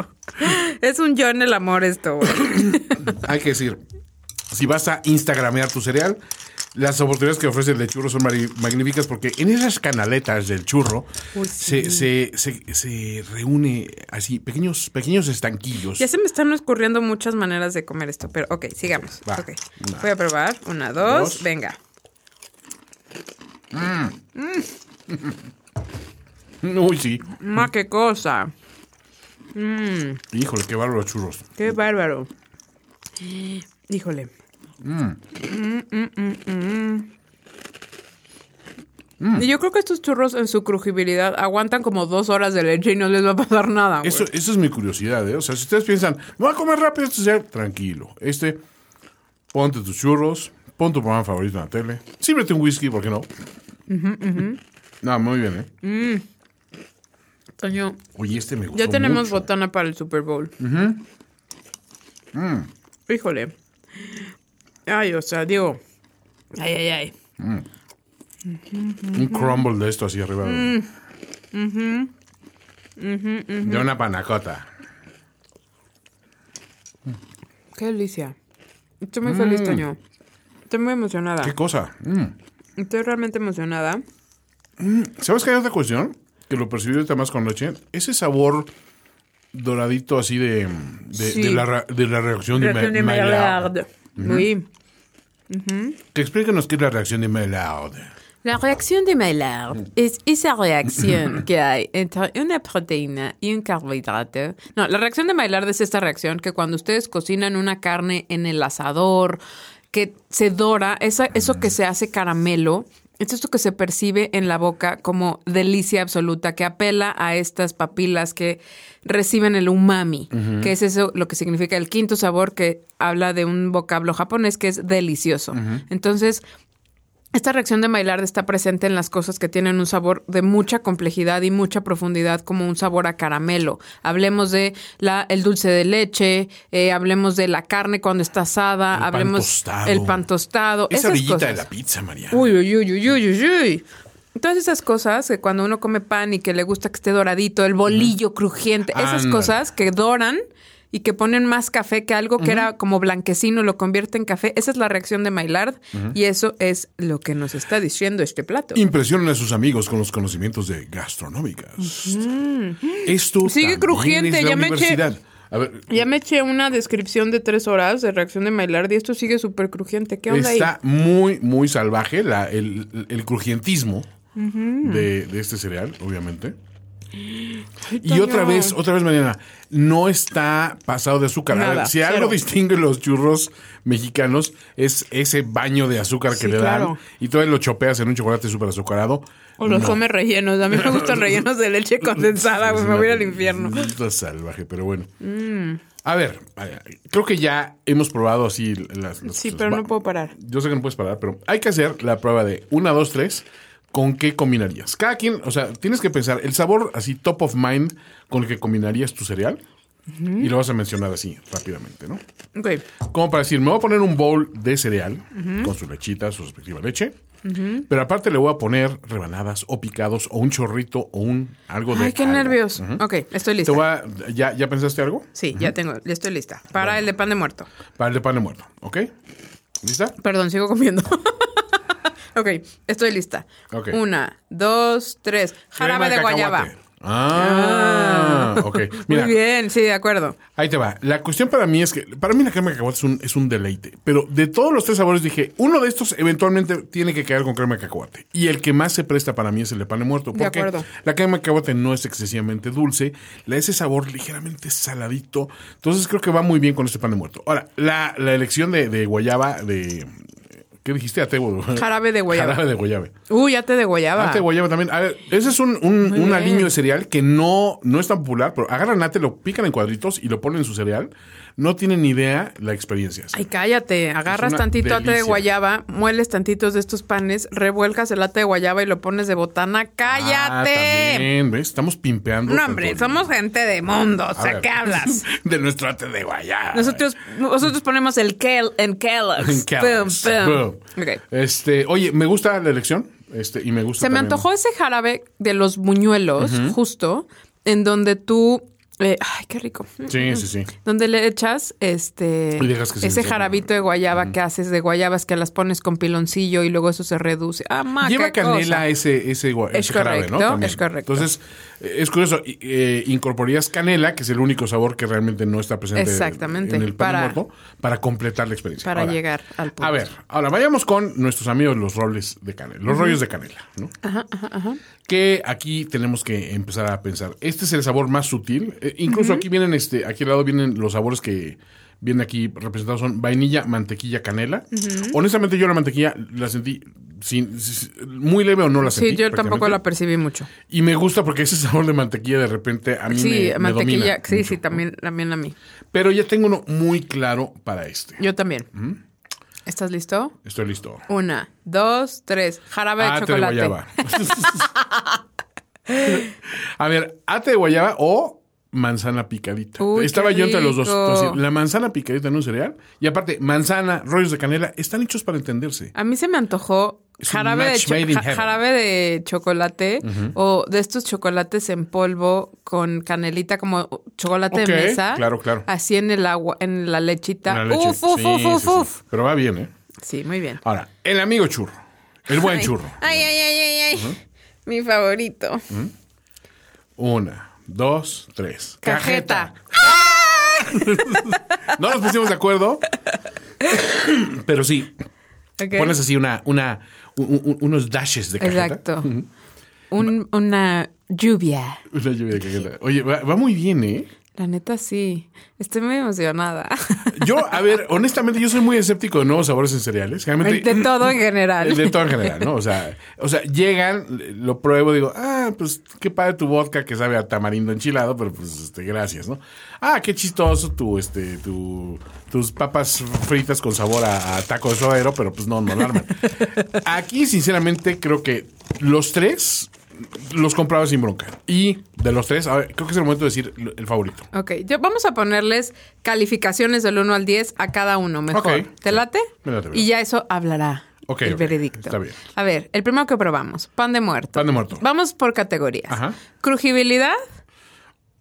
[SPEAKER 2] Es un yo en el amor esto. güey.
[SPEAKER 3] hay que decir: si vas a Instagramear tu cereal, las oportunidades que ofrece el de churro son mari- magníficas porque en esas canaletas del churro
[SPEAKER 2] Uy,
[SPEAKER 3] se, se, se, se reúne así pequeños, pequeños estanquillos.
[SPEAKER 2] Ya se me están ocurriendo muchas maneras de comer esto, pero ok, sigamos.
[SPEAKER 3] Va.
[SPEAKER 2] Ok.
[SPEAKER 3] Una.
[SPEAKER 2] Voy a probar. Una, dos,
[SPEAKER 3] Dos.
[SPEAKER 2] venga.
[SPEAKER 3] Uy, sí.
[SPEAKER 2] Ma, qué cosa.
[SPEAKER 3] Híjole, qué bárbaro los churros.
[SPEAKER 2] Qué bárbaro. Híjole. Mm, mm, mm, mm. Y yo creo que estos churros en su crujibilidad aguantan como dos horas de leche y no les va a pasar nada. güey.
[SPEAKER 3] Eso, eso es mi curiosidad, ¿eh? O sea, si ustedes piensan, voy a comer rápido este cereal, tranquilo. Este, ponte tus churros, pon tu programa favorito en la tele, sírvete un whisky, ¿por qué no? No, muy bien, ¿eh?
[SPEAKER 2] Toño,
[SPEAKER 3] Oye, este me gustó
[SPEAKER 2] ya tenemos
[SPEAKER 3] mucho.
[SPEAKER 2] botana para el Super Bowl.
[SPEAKER 3] Mm.
[SPEAKER 2] Híjole. Ay, o sea, digo. Ay, ay, ay.
[SPEAKER 3] Un crumble de esto así arriba. De,
[SPEAKER 2] Mm.
[SPEAKER 3] de una panacota.
[SPEAKER 2] Qué delicia. Estoy muy feliz, Toño. Estoy muy emocionada.
[SPEAKER 3] ¿Qué cosa? Mm.
[SPEAKER 2] Estoy realmente emocionada.
[SPEAKER 3] ¿Sabes qué hay otra cuestión? Que lo percibí ahorita más con leche. Ese sabor doradito así de, de,
[SPEAKER 2] Sí.
[SPEAKER 3] de la, ra- de la reacción de,
[SPEAKER 2] Reacción de
[SPEAKER 3] Ma- Maillard.
[SPEAKER 2] Maillard. Oui.
[SPEAKER 3] Que explíquenos qué es la reacción de Maillard.
[SPEAKER 4] La reacción de Maillard es esa reacción que hay entre una proteína y un carbohidrato.
[SPEAKER 2] No, la reacción de Maillard es esta reacción que cuando ustedes cocinan una carne en el asador, que se dora, esa, eso que se hace caramelo, es esto que se percibe en la boca como delicia absoluta, que apela a estas papilas que reciben el umami, que es eso lo que significa el quinto sabor que habla de un vocablo japonés que es delicioso. Entonces, Esta reacción de Maillard está presente en las cosas que tienen un sabor de mucha complejidad y mucha profundidad, como un sabor a caramelo. Hablemos de la, el dulce de leche, eh, hablemos de la carne cuando está asada,
[SPEAKER 3] El pan
[SPEAKER 2] hablemos
[SPEAKER 3] tostado.
[SPEAKER 2] el pan tostado,
[SPEAKER 3] Esa
[SPEAKER 2] Oh, esas
[SPEAKER 3] orillita
[SPEAKER 2] cosas.
[SPEAKER 3] de la pizza, María.
[SPEAKER 2] Uy, uy, uy, uy, uy, uy, uy. Todas esas cosas que cuando uno come pan y que le gusta que esté doradito, el bolillo crujiente, esas
[SPEAKER 3] Ándale.
[SPEAKER 2] cosas que doran y que ponen más café que algo que era como blanquecino lo convierte en café, esa es la reacción de Maillard y eso es lo que nos está diciendo este plato.
[SPEAKER 3] Impresionan a sus amigos con los conocimientos de gastronómicas. Esto
[SPEAKER 2] Sigue
[SPEAKER 3] también
[SPEAKER 2] crujiente,
[SPEAKER 3] es la
[SPEAKER 2] ya me eché-
[SPEAKER 3] universidad. A ver,
[SPEAKER 2] Ya me eché una descripción de tres horas de reacción de Maillard y esto sigue súper crujiente. ¿Qué onda
[SPEAKER 3] está
[SPEAKER 2] ahí?
[SPEAKER 3] muy, muy salvaje la- el, el crujientismo de, de este cereal, obviamente. Y
[SPEAKER 2] Toño.
[SPEAKER 3] otra vez, otra vez, Mariana, no está pasado de azúcar. A ver,
[SPEAKER 2] Nada,
[SPEAKER 3] si algo
[SPEAKER 2] cero.
[SPEAKER 3] distingue los churros mexicanos es ese baño de azúcar que
[SPEAKER 2] Sí,
[SPEAKER 3] le dan
[SPEAKER 2] claro.
[SPEAKER 3] y todavía lo chopeas en un chocolate súper azucarado.
[SPEAKER 2] O los
[SPEAKER 3] No.
[SPEAKER 2] come rellenos. A mí me gustan rellenos de leche condensada, güey.
[SPEAKER 3] Es
[SPEAKER 2] Me voy a ir al
[SPEAKER 3] una
[SPEAKER 2] infierno. Mm.
[SPEAKER 3] cosa salvaje, pero bueno. A ver, vaya, creo que ya hemos probado así las, las
[SPEAKER 2] Sí,
[SPEAKER 3] cosas.
[SPEAKER 2] pero
[SPEAKER 3] pues, Va-
[SPEAKER 2] no puedo parar.
[SPEAKER 3] Yo sé que no puedes parar, pero hay que hacer la prueba de 1, 2, 3. ¿Con qué combinarías? Cada quien, o sea, tienes que pensar el sabor así top of mind con el que combinarías tu cereal y lo vas a mencionar así rápidamente, ¿no?
[SPEAKER 2] Ok.
[SPEAKER 3] Como para decir, me voy a poner un bowl de cereal con su lechita, su respectiva leche. Pero aparte le voy a poner rebanadas o picados o un chorrito o un algo de
[SPEAKER 2] Ay, qué
[SPEAKER 3] algo.
[SPEAKER 2] nervios.
[SPEAKER 3] Ujú.
[SPEAKER 2] Ok, estoy
[SPEAKER 3] Te
[SPEAKER 2] lista.
[SPEAKER 3] voy a- ¿ya, ¿Ya pensaste algo?
[SPEAKER 2] Sí, ya tengo, ya estoy lista. Para el de pan de muerto.
[SPEAKER 3] Para el de pan de muerto, ¿ok? ¿Lista?
[SPEAKER 2] Perdón, sigo comiendo. ok, estoy lista.
[SPEAKER 3] Ok.
[SPEAKER 2] Una, dos, tres. Jarabe
[SPEAKER 3] Crema
[SPEAKER 2] de guayaba.
[SPEAKER 3] cacahuate. Ah, ok. Mira,
[SPEAKER 2] Muy bien, sí, de acuerdo.
[SPEAKER 3] Ahí te va. La cuestión para mí es que, para mí la crema de cacahuate es un, es un deleite. Pero de todos los tres sabores dije, uno de estos eventualmente tiene que quedar con crema de cacahuate. Y el que más se presta para mí es el de pane muerto.
[SPEAKER 2] De
[SPEAKER 3] Porque
[SPEAKER 2] acuerdo.
[SPEAKER 3] la crema de cacahuate no es excesivamente dulce, le da ese sabor ligeramente saladito. Entonces creo que va muy bien con este pane muerto. Ahora, la, la elección de, de guayaba, de... ¿Qué dijiste? Atebo.
[SPEAKER 2] Jarabe de guayaba.
[SPEAKER 3] Jarabe de guayaba.
[SPEAKER 2] Uy, ya te degollaba.
[SPEAKER 3] Nata de guayaba también. A ver, ese es un, un, un
[SPEAKER 2] Ah, bien.
[SPEAKER 3] aliño de cereal que no, no es tan popular, pero agarran nate, lo pican en cuadritos y lo ponen en su cereal. No tienen ni idea la experiencia.
[SPEAKER 2] Ay, cállate. Agarras
[SPEAKER 3] una
[SPEAKER 2] tantito ate de
[SPEAKER 3] delicia.
[SPEAKER 2] guayaba, mueles tantitos de estos panes, revuelcas el ate de guayaba y lo pones de botana.
[SPEAKER 3] Ah,
[SPEAKER 2] ¡Cállate!
[SPEAKER 3] también, ¿ves? Estamos pimpeando.
[SPEAKER 2] no, hombre,
[SPEAKER 3] tanto.
[SPEAKER 2] somos gente de mundo. O
[SPEAKER 3] A
[SPEAKER 2] sea,
[SPEAKER 3] ver.
[SPEAKER 2] ¿qué hablas?
[SPEAKER 3] De nuestro ate de guayaba.
[SPEAKER 2] Nosotros, nosotros ponemos el kale en Kellogg's.
[SPEAKER 3] En Kellogg's.
[SPEAKER 2] Pum, pum.
[SPEAKER 3] Boom.
[SPEAKER 2] Ok.
[SPEAKER 3] Este, oye, me gusta la elección. Este, y me gusta.
[SPEAKER 2] Se me
[SPEAKER 3] también-
[SPEAKER 2] antojó ese jarabe de los buñuelos, justo, en donde tú... eh, ay, qué rico.
[SPEAKER 3] Sí, sí, sí.
[SPEAKER 2] Donde le echas este
[SPEAKER 3] Y dejas que se
[SPEAKER 2] ese
[SPEAKER 3] disuelva.
[SPEAKER 2] jarabito de guayaba que haces de guayabas que las pones con piloncillo y luego eso se reduce. Ah, ma,
[SPEAKER 3] Lleva
[SPEAKER 2] qué
[SPEAKER 3] canela
[SPEAKER 2] cosa.
[SPEAKER 3] ese, ese, gua-
[SPEAKER 2] Es
[SPEAKER 3] ese jarabe, ¿no?
[SPEAKER 2] correcto,
[SPEAKER 3] También.
[SPEAKER 2] es correcto.
[SPEAKER 3] Entonces, eh, es curioso, i- eh, incorporarías canela, que es el único sabor que realmente no está presente
[SPEAKER 2] Exactamente,
[SPEAKER 3] en el pan
[SPEAKER 2] para-
[SPEAKER 3] muerto, para completar la experiencia.
[SPEAKER 2] Para llegar al punto.
[SPEAKER 3] A ver, ahora vayamos con nuestros amigos los roles de canela, los rollos de canela, ¿no? Que aquí tenemos que empezar a pensar. Este es el sabor más sutil. Eh, incluso aquí vienen, este, aquí al lado vienen los sabores que vienen aquí representados son vainilla, mantequilla, canela. Honestamente, yo la mantequilla la sentí sin- sin- muy leve o no la sentí.
[SPEAKER 2] Sí, yo tampoco
[SPEAKER 3] prácticamente.
[SPEAKER 2] la percibí mucho.
[SPEAKER 3] Y me gusta porque ese sabor de mantequilla de repente a mí me-
[SPEAKER 2] Sí,
[SPEAKER 3] me,
[SPEAKER 2] mantequilla.
[SPEAKER 3] domina
[SPEAKER 2] sí,
[SPEAKER 3] mucho.
[SPEAKER 2] sí, también, también a mí.
[SPEAKER 3] Pero ya tengo uno muy claro para este.
[SPEAKER 2] Yo también. ¿Estás listo?
[SPEAKER 3] Estoy listo.
[SPEAKER 2] Una, dos, tres. Jarabe de
[SPEAKER 3] Ate Ah, de
[SPEAKER 2] chocolate.
[SPEAKER 3] guayaba. a ver, ate de guayaba o manzana picadita.
[SPEAKER 2] Uy,
[SPEAKER 3] Estaba
[SPEAKER 2] qué
[SPEAKER 3] yo entre los dos.
[SPEAKER 2] rico.
[SPEAKER 3] Es decir, la manzana picadita en un cereal. Y aparte, manzana, rollos de canela, están hechos para entenderse.
[SPEAKER 2] A mí se me antojó
[SPEAKER 3] Es un
[SPEAKER 2] jarabe de,
[SPEAKER 3] match
[SPEAKER 2] cho-
[SPEAKER 3] made in
[SPEAKER 2] ja-
[SPEAKER 3] heaven.
[SPEAKER 2] jarabe de chocolate o de estos chocolates en polvo con canelita como chocolate
[SPEAKER 3] Ok,
[SPEAKER 2] de mesa.
[SPEAKER 3] claro, claro.
[SPEAKER 2] Así en el agua, en la lechita.
[SPEAKER 3] La leche.
[SPEAKER 2] Uf, uf,
[SPEAKER 3] Sí,
[SPEAKER 2] uf,
[SPEAKER 3] sí,
[SPEAKER 2] uf,
[SPEAKER 3] sí.
[SPEAKER 2] uf.
[SPEAKER 3] Pero va bien, ¿eh?
[SPEAKER 2] Sí, muy bien.
[SPEAKER 3] Ahora, el amigo churro. El buen
[SPEAKER 2] Ay.
[SPEAKER 3] churro.
[SPEAKER 2] Ay, ay, ay, ay, ay. Mi favorito.
[SPEAKER 3] Una, dos, tres.
[SPEAKER 2] Cajeta.
[SPEAKER 3] No nos pusimos de acuerdo. Pero sí,
[SPEAKER 2] Ok.
[SPEAKER 3] pones así una, una, u- u- unos dashes de cajeta.
[SPEAKER 2] Exacto. Un- una lluvia.
[SPEAKER 3] Una lluvia de cajeta. Oye, va, va muy bien, ¿eh?
[SPEAKER 2] La neta, sí. Estoy muy emocionada.
[SPEAKER 3] Yo, a ver, honestamente, yo soy muy escéptico de nuevos sabores en cereales. Generalmente,
[SPEAKER 2] De todo en general.
[SPEAKER 3] De todo en general, ¿no? O sea, o sea, llegan, lo pruebo, digo, ah, pues qué padre tu vodka que sabe a tamarindo enchilado, pero pues este, gracias, ¿no? Ah, qué chistoso tu, este, tu, tus papas fritas con sabor a, a taco de suadero, pero pues no, no la arman. Aquí, sinceramente, creo que los tres los compraba sin bronca. Y de los tres, a ver, creo que es el momento de decir el favorito.
[SPEAKER 2] Ok, yo vamos a ponerles calificaciones del 1 al 10 a cada uno, mejor.
[SPEAKER 3] Ok.
[SPEAKER 2] ¿Te late?
[SPEAKER 3] Me late, me
[SPEAKER 2] Y ya eso hablará
[SPEAKER 3] Ok,
[SPEAKER 2] el
[SPEAKER 3] ok,
[SPEAKER 2] veredicto.
[SPEAKER 3] está bien.
[SPEAKER 2] A ver, el primero que probamos, pan de muerto.
[SPEAKER 3] Pan de muerto.
[SPEAKER 2] Vamos por categorías.
[SPEAKER 3] Ajá.
[SPEAKER 2] Crujibilidad,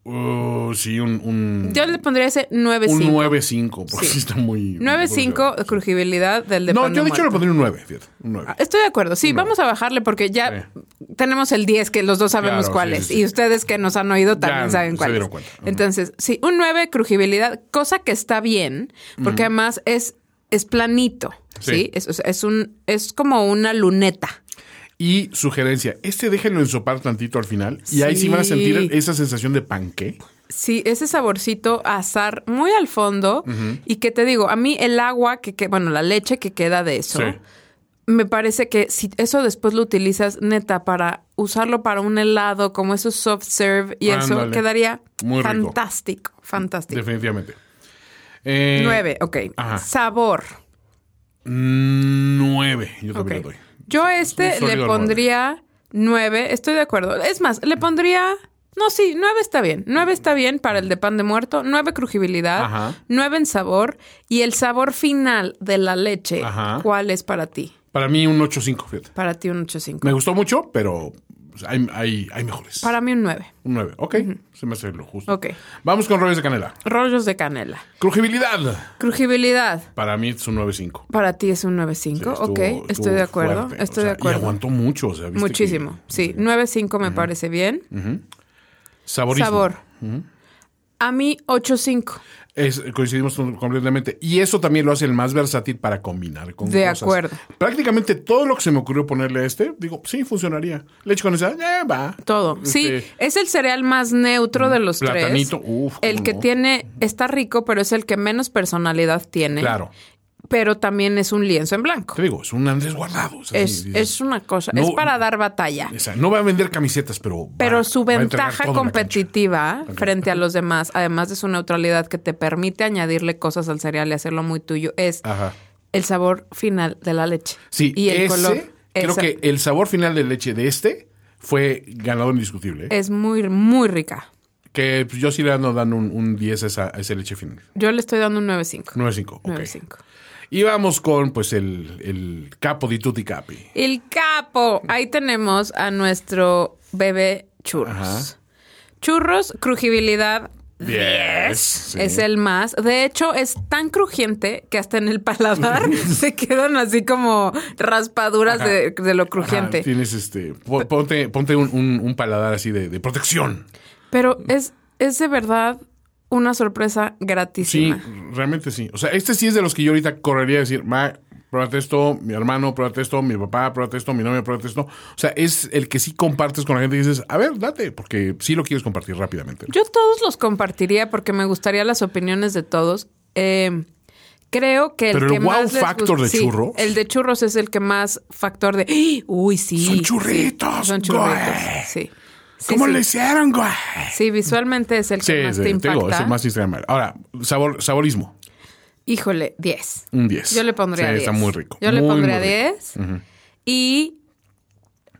[SPEAKER 3] Uh, sí, un, un,
[SPEAKER 2] yo le pondría ese
[SPEAKER 3] un
[SPEAKER 2] 9.5.
[SPEAKER 3] 9-5, porque
[SPEAKER 2] Sí.
[SPEAKER 3] sí está muy...
[SPEAKER 2] 9.5 de crujibilidad del de
[SPEAKER 3] No,
[SPEAKER 2] pan
[SPEAKER 3] yo
[SPEAKER 2] de
[SPEAKER 3] de hecho le
[SPEAKER 2] muerto.
[SPEAKER 3] pondría un 9, fíjate. Un 9.
[SPEAKER 2] Ah, Estoy de acuerdo, sí, vamos a bajarle porque ya tenemos el 10 que los dos sabemos
[SPEAKER 3] Claro,
[SPEAKER 2] cuál
[SPEAKER 3] sí,
[SPEAKER 2] es
[SPEAKER 3] sí, sí.
[SPEAKER 2] y ustedes que nos han oído también
[SPEAKER 3] Ya
[SPEAKER 2] saben
[SPEAKER 3] se
[SPEAKER 2] cuál
[SPEAKER 3] dieron
[SPEAKER 2] es.
[SPEAKER 3] cuenta. Ujú.
[SPEAKER 2] Entonces, sí, un 9 crujibilidad, cosa que está bien, porque además es es planito,
[SPEAKER 3] Sí.
[SPEAKER 2] ¿sí? Es, o sea, es un es como una luneta.
[SPEAKER 3] Y sugerencia, este déjenlo ensopar tantito al final y ahí sí van a
[SPEAKER 2] Sí.
[SPEAKER 3] sentir esa sensación de panqué.
[SPEAKER 2] Sí, ese saborcito azar muy al fondo y que te digo, a mí el agua que, que- bueno, la leche que queda de eso.
[SPEAKER 3] Sí.
[SPEAKER 2] Me parece que si eso después lo utilizas neta para usarlo para un helado como esos soft serve y eso
[SPEAKER 3] Ándale.
[SPEAKER 2] quedaría
[SPEAKER 3] Muy rico.
[SPEAKER 2] fantástico, fantástico.
[SPEAKER 3] Definitivamente. Eh,
[SPEAKER 2] Nueve, ok.
[SPEAKER 3] Ajá.
[SPEAKER 2] Sabor.
[SPEAKER 3] mm, Nueve, yo también
[SPEAKER 2] ok.
[SPEAKER 3] le doy.
[SPEAKER 2] Yo a
[SPEAKER 3] Es
[SPEAKER 2] este
[SPEAKER 3] un
[SPEAKER 2] le
[SPEAKER 3] sólido
[SPEAKER 2] pondría nueve, estoy de acuerdo. Es más, le pondría... No, sí, nueve está bien. Nueve está bien para el de pan de muerto, nueve crujibilidad,
[SPEAKER 3] Ajá.
[SPEAKER 2] nueve en sabor y el sabor final de la leche.
[SPEAKER 3] Ajá.
[SPEAKER 2] ¿Cuál es para ti?
[SPEAKER 3] Para mí un 8-5, fíjate.
[SPEAKER 2] Para ti un 8.5.
[SPEAKER 3] Me gustó mucho, pero pues, hay, hay, hay mejores.
[SPEAKER 2] Para mí un 9.
[SPEAKER 3] Un 9, ok. Se me hace lo justo.
[SPEAKER 2] Ok.
[SPEAKER 3] Vamos con rollos de canela.
[SPEAKER 2] Rollos de canela.
[SPEAKER 3] Crujibilidad.
[SPEAKER 2] Crujibilidad.
[SPEAKER 3] Para mí es un 9-5.
[SPEAKER 2] Para ti es un
[SPEAKER 3] Sí,
[SPEAKER 2] 9.5.
[SPEAKER 3] estuvo-
[SPEAKER 2] ok,
[SPEAKER 3] estuvo
[SPEAKER 2] estoy de acuerdo.
[SPEAKER 3] fuerte, o
[SPEAKER 2] Estoy
[SPEAKER 3] sea, eh,
[SPEAKER 2] de
[SPEAKER 3] Y
[SPEAKER 2] acuerdo.
[SPEAKER 3] aguantó mucho, o sea, ¿viste que-
[SPEAKER 2] Muchísimo. Sí, 9.5 me parece bien.
[SPEAKER 3] Saborismo.
[SPEAKER 2] Sabor. A mí, 8.5.
[SPEAKER 3] Es- coincidimos con- completamente. Y eso también lo hace el más versátil para combinar con
[SPEAKER 2] De
[SPEAKER 3] cosas.
[SPEAKER 2] acuerdo.
[SPEAKER 3] Prácticamente todo lo que se me ocurrió ponerle a este, digo, sí, funcionaría. Leche condensada, eh, va.
[SPEAKER 2] Todo.
[SPEAKER 3] Este,
[SPEAKER 2] Sí, es el cereal más neutro de los
[SPEAKER 3] Platanito,
[SPEAKER 2] tres.
[SPEAKER 3] uf,
[SPEAKER 2] el
[SPEAKER 3] cómo
[SPEAKER 2] que
[SPEAKER 3] no.
[SPEAKER 2] tiene, está rico, pero es el que menos personalidad tiene.
[SPEAKER 3] Claro.
[SPEAKER 2] Pero también es un lienzo en blanco.
[SPEAKER 3] Te digo, es un Andrés Guardado. o sea,
[SPEAKER 2] Es,
[SPEAKER 3] sí, dices,
[SPEAKER 2] es una cosa,
[SPEAKER 3] No,
[SPEAKER 2] es para dar batalla.
[SPEAKER 3] o sea, no va a vender camisetas, pero. va-
[SPEAKER 2] Pero su
[SPEAKER 3] va a entregar
[SPEAKER 2] ventaja
[SPEAKER 3] todo en la
[SPEAKER 2] competitiva
[SPEAKER 3] cancha. Ok.
[SPEAKER 2] frente a los demás, además de su neutralidad que te permite añadirle cosas al cereal y hacerlo muy tuyo, es
[SPEAKER 3] Ajá.
[SPEAKER 2] el sabor final de la leche.
[SPEAKER 3] Ah. Sí,
[SPEAKER 2] y el
[SPEAKER 3] ese,
[SPEAKER 2] color.
[SPEAKER 3] Creo
[SPEAKER 2] Esa-
[SPEAKER 3] que el sabor final de leche de este fue ganador indiscutible. ¿eh?
[SPEAKER 2] es muy, muy rica.
[SPEAKER 3] Que pues, yo sí le ando dando un, un 10 a esa, a esa leche final.
[SPEAKER 2] Yo le estoy dando un 9.5.
[SPEAKER 3] 9.5. ok.
[SPEAKER 2] 9.5.
[SPEAKER 3] Y vamos con pues el, el capo di tutti capi.
[SPEAKER 2] El capo. Ahí tenemos a nuestro bebé churros.
[SPEAKER 3] Ajá.
[SPEAKER 2] Churros, crujibilidad.
[SPEAKER 3] Diez,
[SPEAKER 2] 10
[SPEAKER 3] sí.
[SPEAKER 2] es el más. De hecho, es tan crujiente que hasta en el paladar se quedan así como raspaduras
[SPEAKER 3] Ajá.
[SPEAKER 2] de, de lo
[SPEAKER 3] Ajá,
[SPEAKER 2] crujiente.
[SPEAKER 3] tienes este. po- Ponte, ponte un, un- un paladar así de, de protección.
[SPEAKER 2] Pero es, es de verdad una sorpresa
[SPEAKER 3] Sí,
[SPEAKER 2] gratísima.
[SPEAKER 3] realmente sí. O sea, este sí es de los que yo ahorita correría a decir, ma, pruébate esto, mi hermano, pruébate esto, mi papá, pruébate esto, mi novia, pruébate esto. O sea, es el que sí compartes con la gente y dices, a ver, date, porque sí lo quieres compartir rápidamente.
[SPEAKER 2] Yo todos los compartiría porque me gustaría las opiniones de todos. Eh, creo que el
[SPEAKER 3] Pero el
[SPEAKER 2] que
[SPEAKER 3] wow
[SPEAKER 2] más les
[SPEAKER 3] factor
[SPEAKER 2] gust-
[SPEAKER 3] de
[SPEAKER 2] sí,
[SPEAKER 3] churros.
[SPEAKER 2] El de churros es el que más factor de. ¡Ah! Uy, sí.
[SPEAKER 3] Son churritos,
[SPEAKER 2] Son churritos.
[SPEAKER 3] güey.
[SPEAKER 2] Sí. Sí,
[SPEAKER 3] ¿Cómo
[SPEAKER 2] sí.
[SPEAKER 3] le hicieron, güey?
[SPEAKER 2] Sí, visualmente es el
[SPEAKER 3] Sí,
[SPEAKER 2] que más
[SPEAKER 3] sí,
[SPEAKER 2] te
[SPEAKER 3] te
[SPEAKER 2] impacta.
[SPEAKER 3] digo, es el más Instagram. Ahora, sabor, saborismo,
[SPEAKER 2] Híjole, 10.
[SPEAKER 3] un 10.
[SPEAKER 2] Yo le pondría
[SPEAKER 3] Sí,
[SPEAKER 2] 10.
[SPEAKER 3] está muy rico.
[SPEAKER 2] Yo le
[SPEAKER 3] muy,
[SPEAKER 2] pondría
[SPEAKER 3] muy rico.
[SPEAKER 2] 10. Y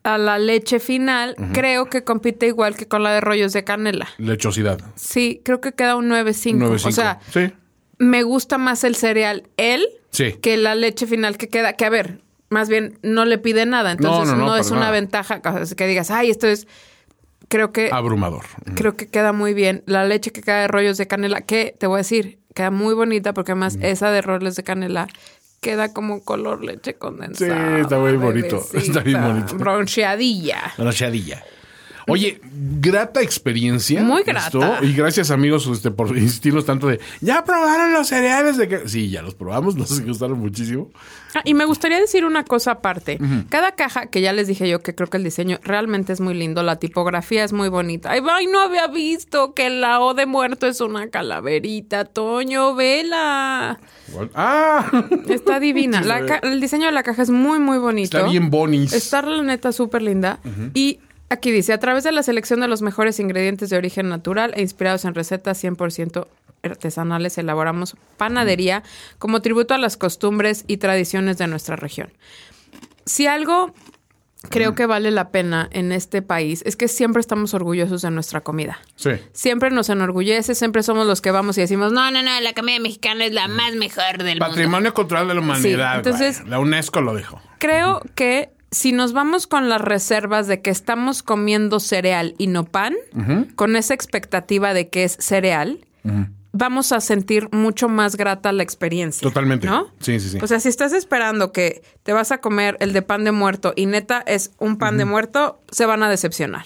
[SPEAKER 2] a la leche final, creo que compite igual que con la de rollos de canela.
[SPEAKER 3] Lechosidad,
[SPEAKER 2] Sí, creo que queda un 9.5.
[SPEAKER 3] 9.5.
[SPEAKER 2] O sea, eh,
[SPEAKER 3] sí.
[SPEAKER 2] me gusta más el cereal él
[SPEAKER 3] Sí.
[SPEAKER 2] que la leche final que queda. Que a ver, más bien no le pide nada. Entonces no,
[SPEAKER 3] no, no, para
[SPEAKER 2] es una
[SPEAKER 3] nada.
[SPEAKER 2] ventaja o sea, que digas, ay, esto es. Creo que
[SPEAKER 3] Ah, Abrumador.
[SPEAKER 2] creo que queda muy bien. La leche que queda de rollos de canela, que te voy a decir, queda muy bonita porque
[SPEAKER 3] Mm.
[SPEAKER 2] además esa de rollos de canela queda como color leche condensada.
[SPEAKER 3] Sí, está muy bonito. Está
[SPEAKER 2] bebecita,
[SPEAKER 3] bien bonito.
[SPEAKER 2] Broncheadilla.
[SPEAKER 3] Rachadilla. Oye, grata experiencia.
[SPEAKER 2] Muy grata.
[SPEAKER 3] Y gracias, amigos, este, por insistirnos tanto de ya probaron los cereales de que. Sí, ya los probamos, nos gustaron muchísimo.
[SPEAKER 2] Ah, y me gustaría decir una cosa aparte. Cada caja, que ya les dije yo que creo que el diseño realmente es muy lindo, la tipografía es muy bonita. Ay, ay, no había visto que la O de muerto es una calaverita, Toño, vela.
[SPEAKER 3] Igual- ¡Ah!
[SPEAKER 2] Está divina.
[SPEAKER 3] Sí,
[SPEAKER 2] La
[SPEAKER 3] se ve.
[SPEAKER 2] ca- el diseño de la caja es muy, muy bonito.
[SPEAKER 3] Está bien bonis.
[SPEAKER 2] Está la neta súper linda. Y aquí dice, a través de la selección de los mejores ingredientes de origen natural e inspirados en recetas 100% artesanales, elaboramos panadería como tributo a las costumbres y tradiciones de nuestra región. Si algo creo que vale la pena en este país es que siempre estamos orgullosos de nuestra comida.
[SPEAKER 3] Sí.
[SPEAKER 2] Siempre nos enorgullece, siempre somos los que vamos y decimos, no, no, no, la comida mexicana es la más
[SPEAKER 4] mejor del
[SPEAKER 3] Mm. Patrimonio Cultural de la Humanidad.
[SPEAKER 2] Sí, entonces-
[SPEAKER 3] güey. La UNESCO lo dijo.
[SPEAKER 2] Creo que si nos vamos con las reservas de que estamos comiendo cereal y no pan, con esa expectativa de que es cereal, vamos a sentir mucho más grata la experiencia.
[SPEAKER 3] Totalmente.
[SPEAKER 2] ¿No?
[SPEAKER 3] Sí, sí, sí.
[SPEAKER 2] O sea, si estás esperando que te vas a comer el de pan de muerto y neta es un pan de muerto, se van a decepcionar.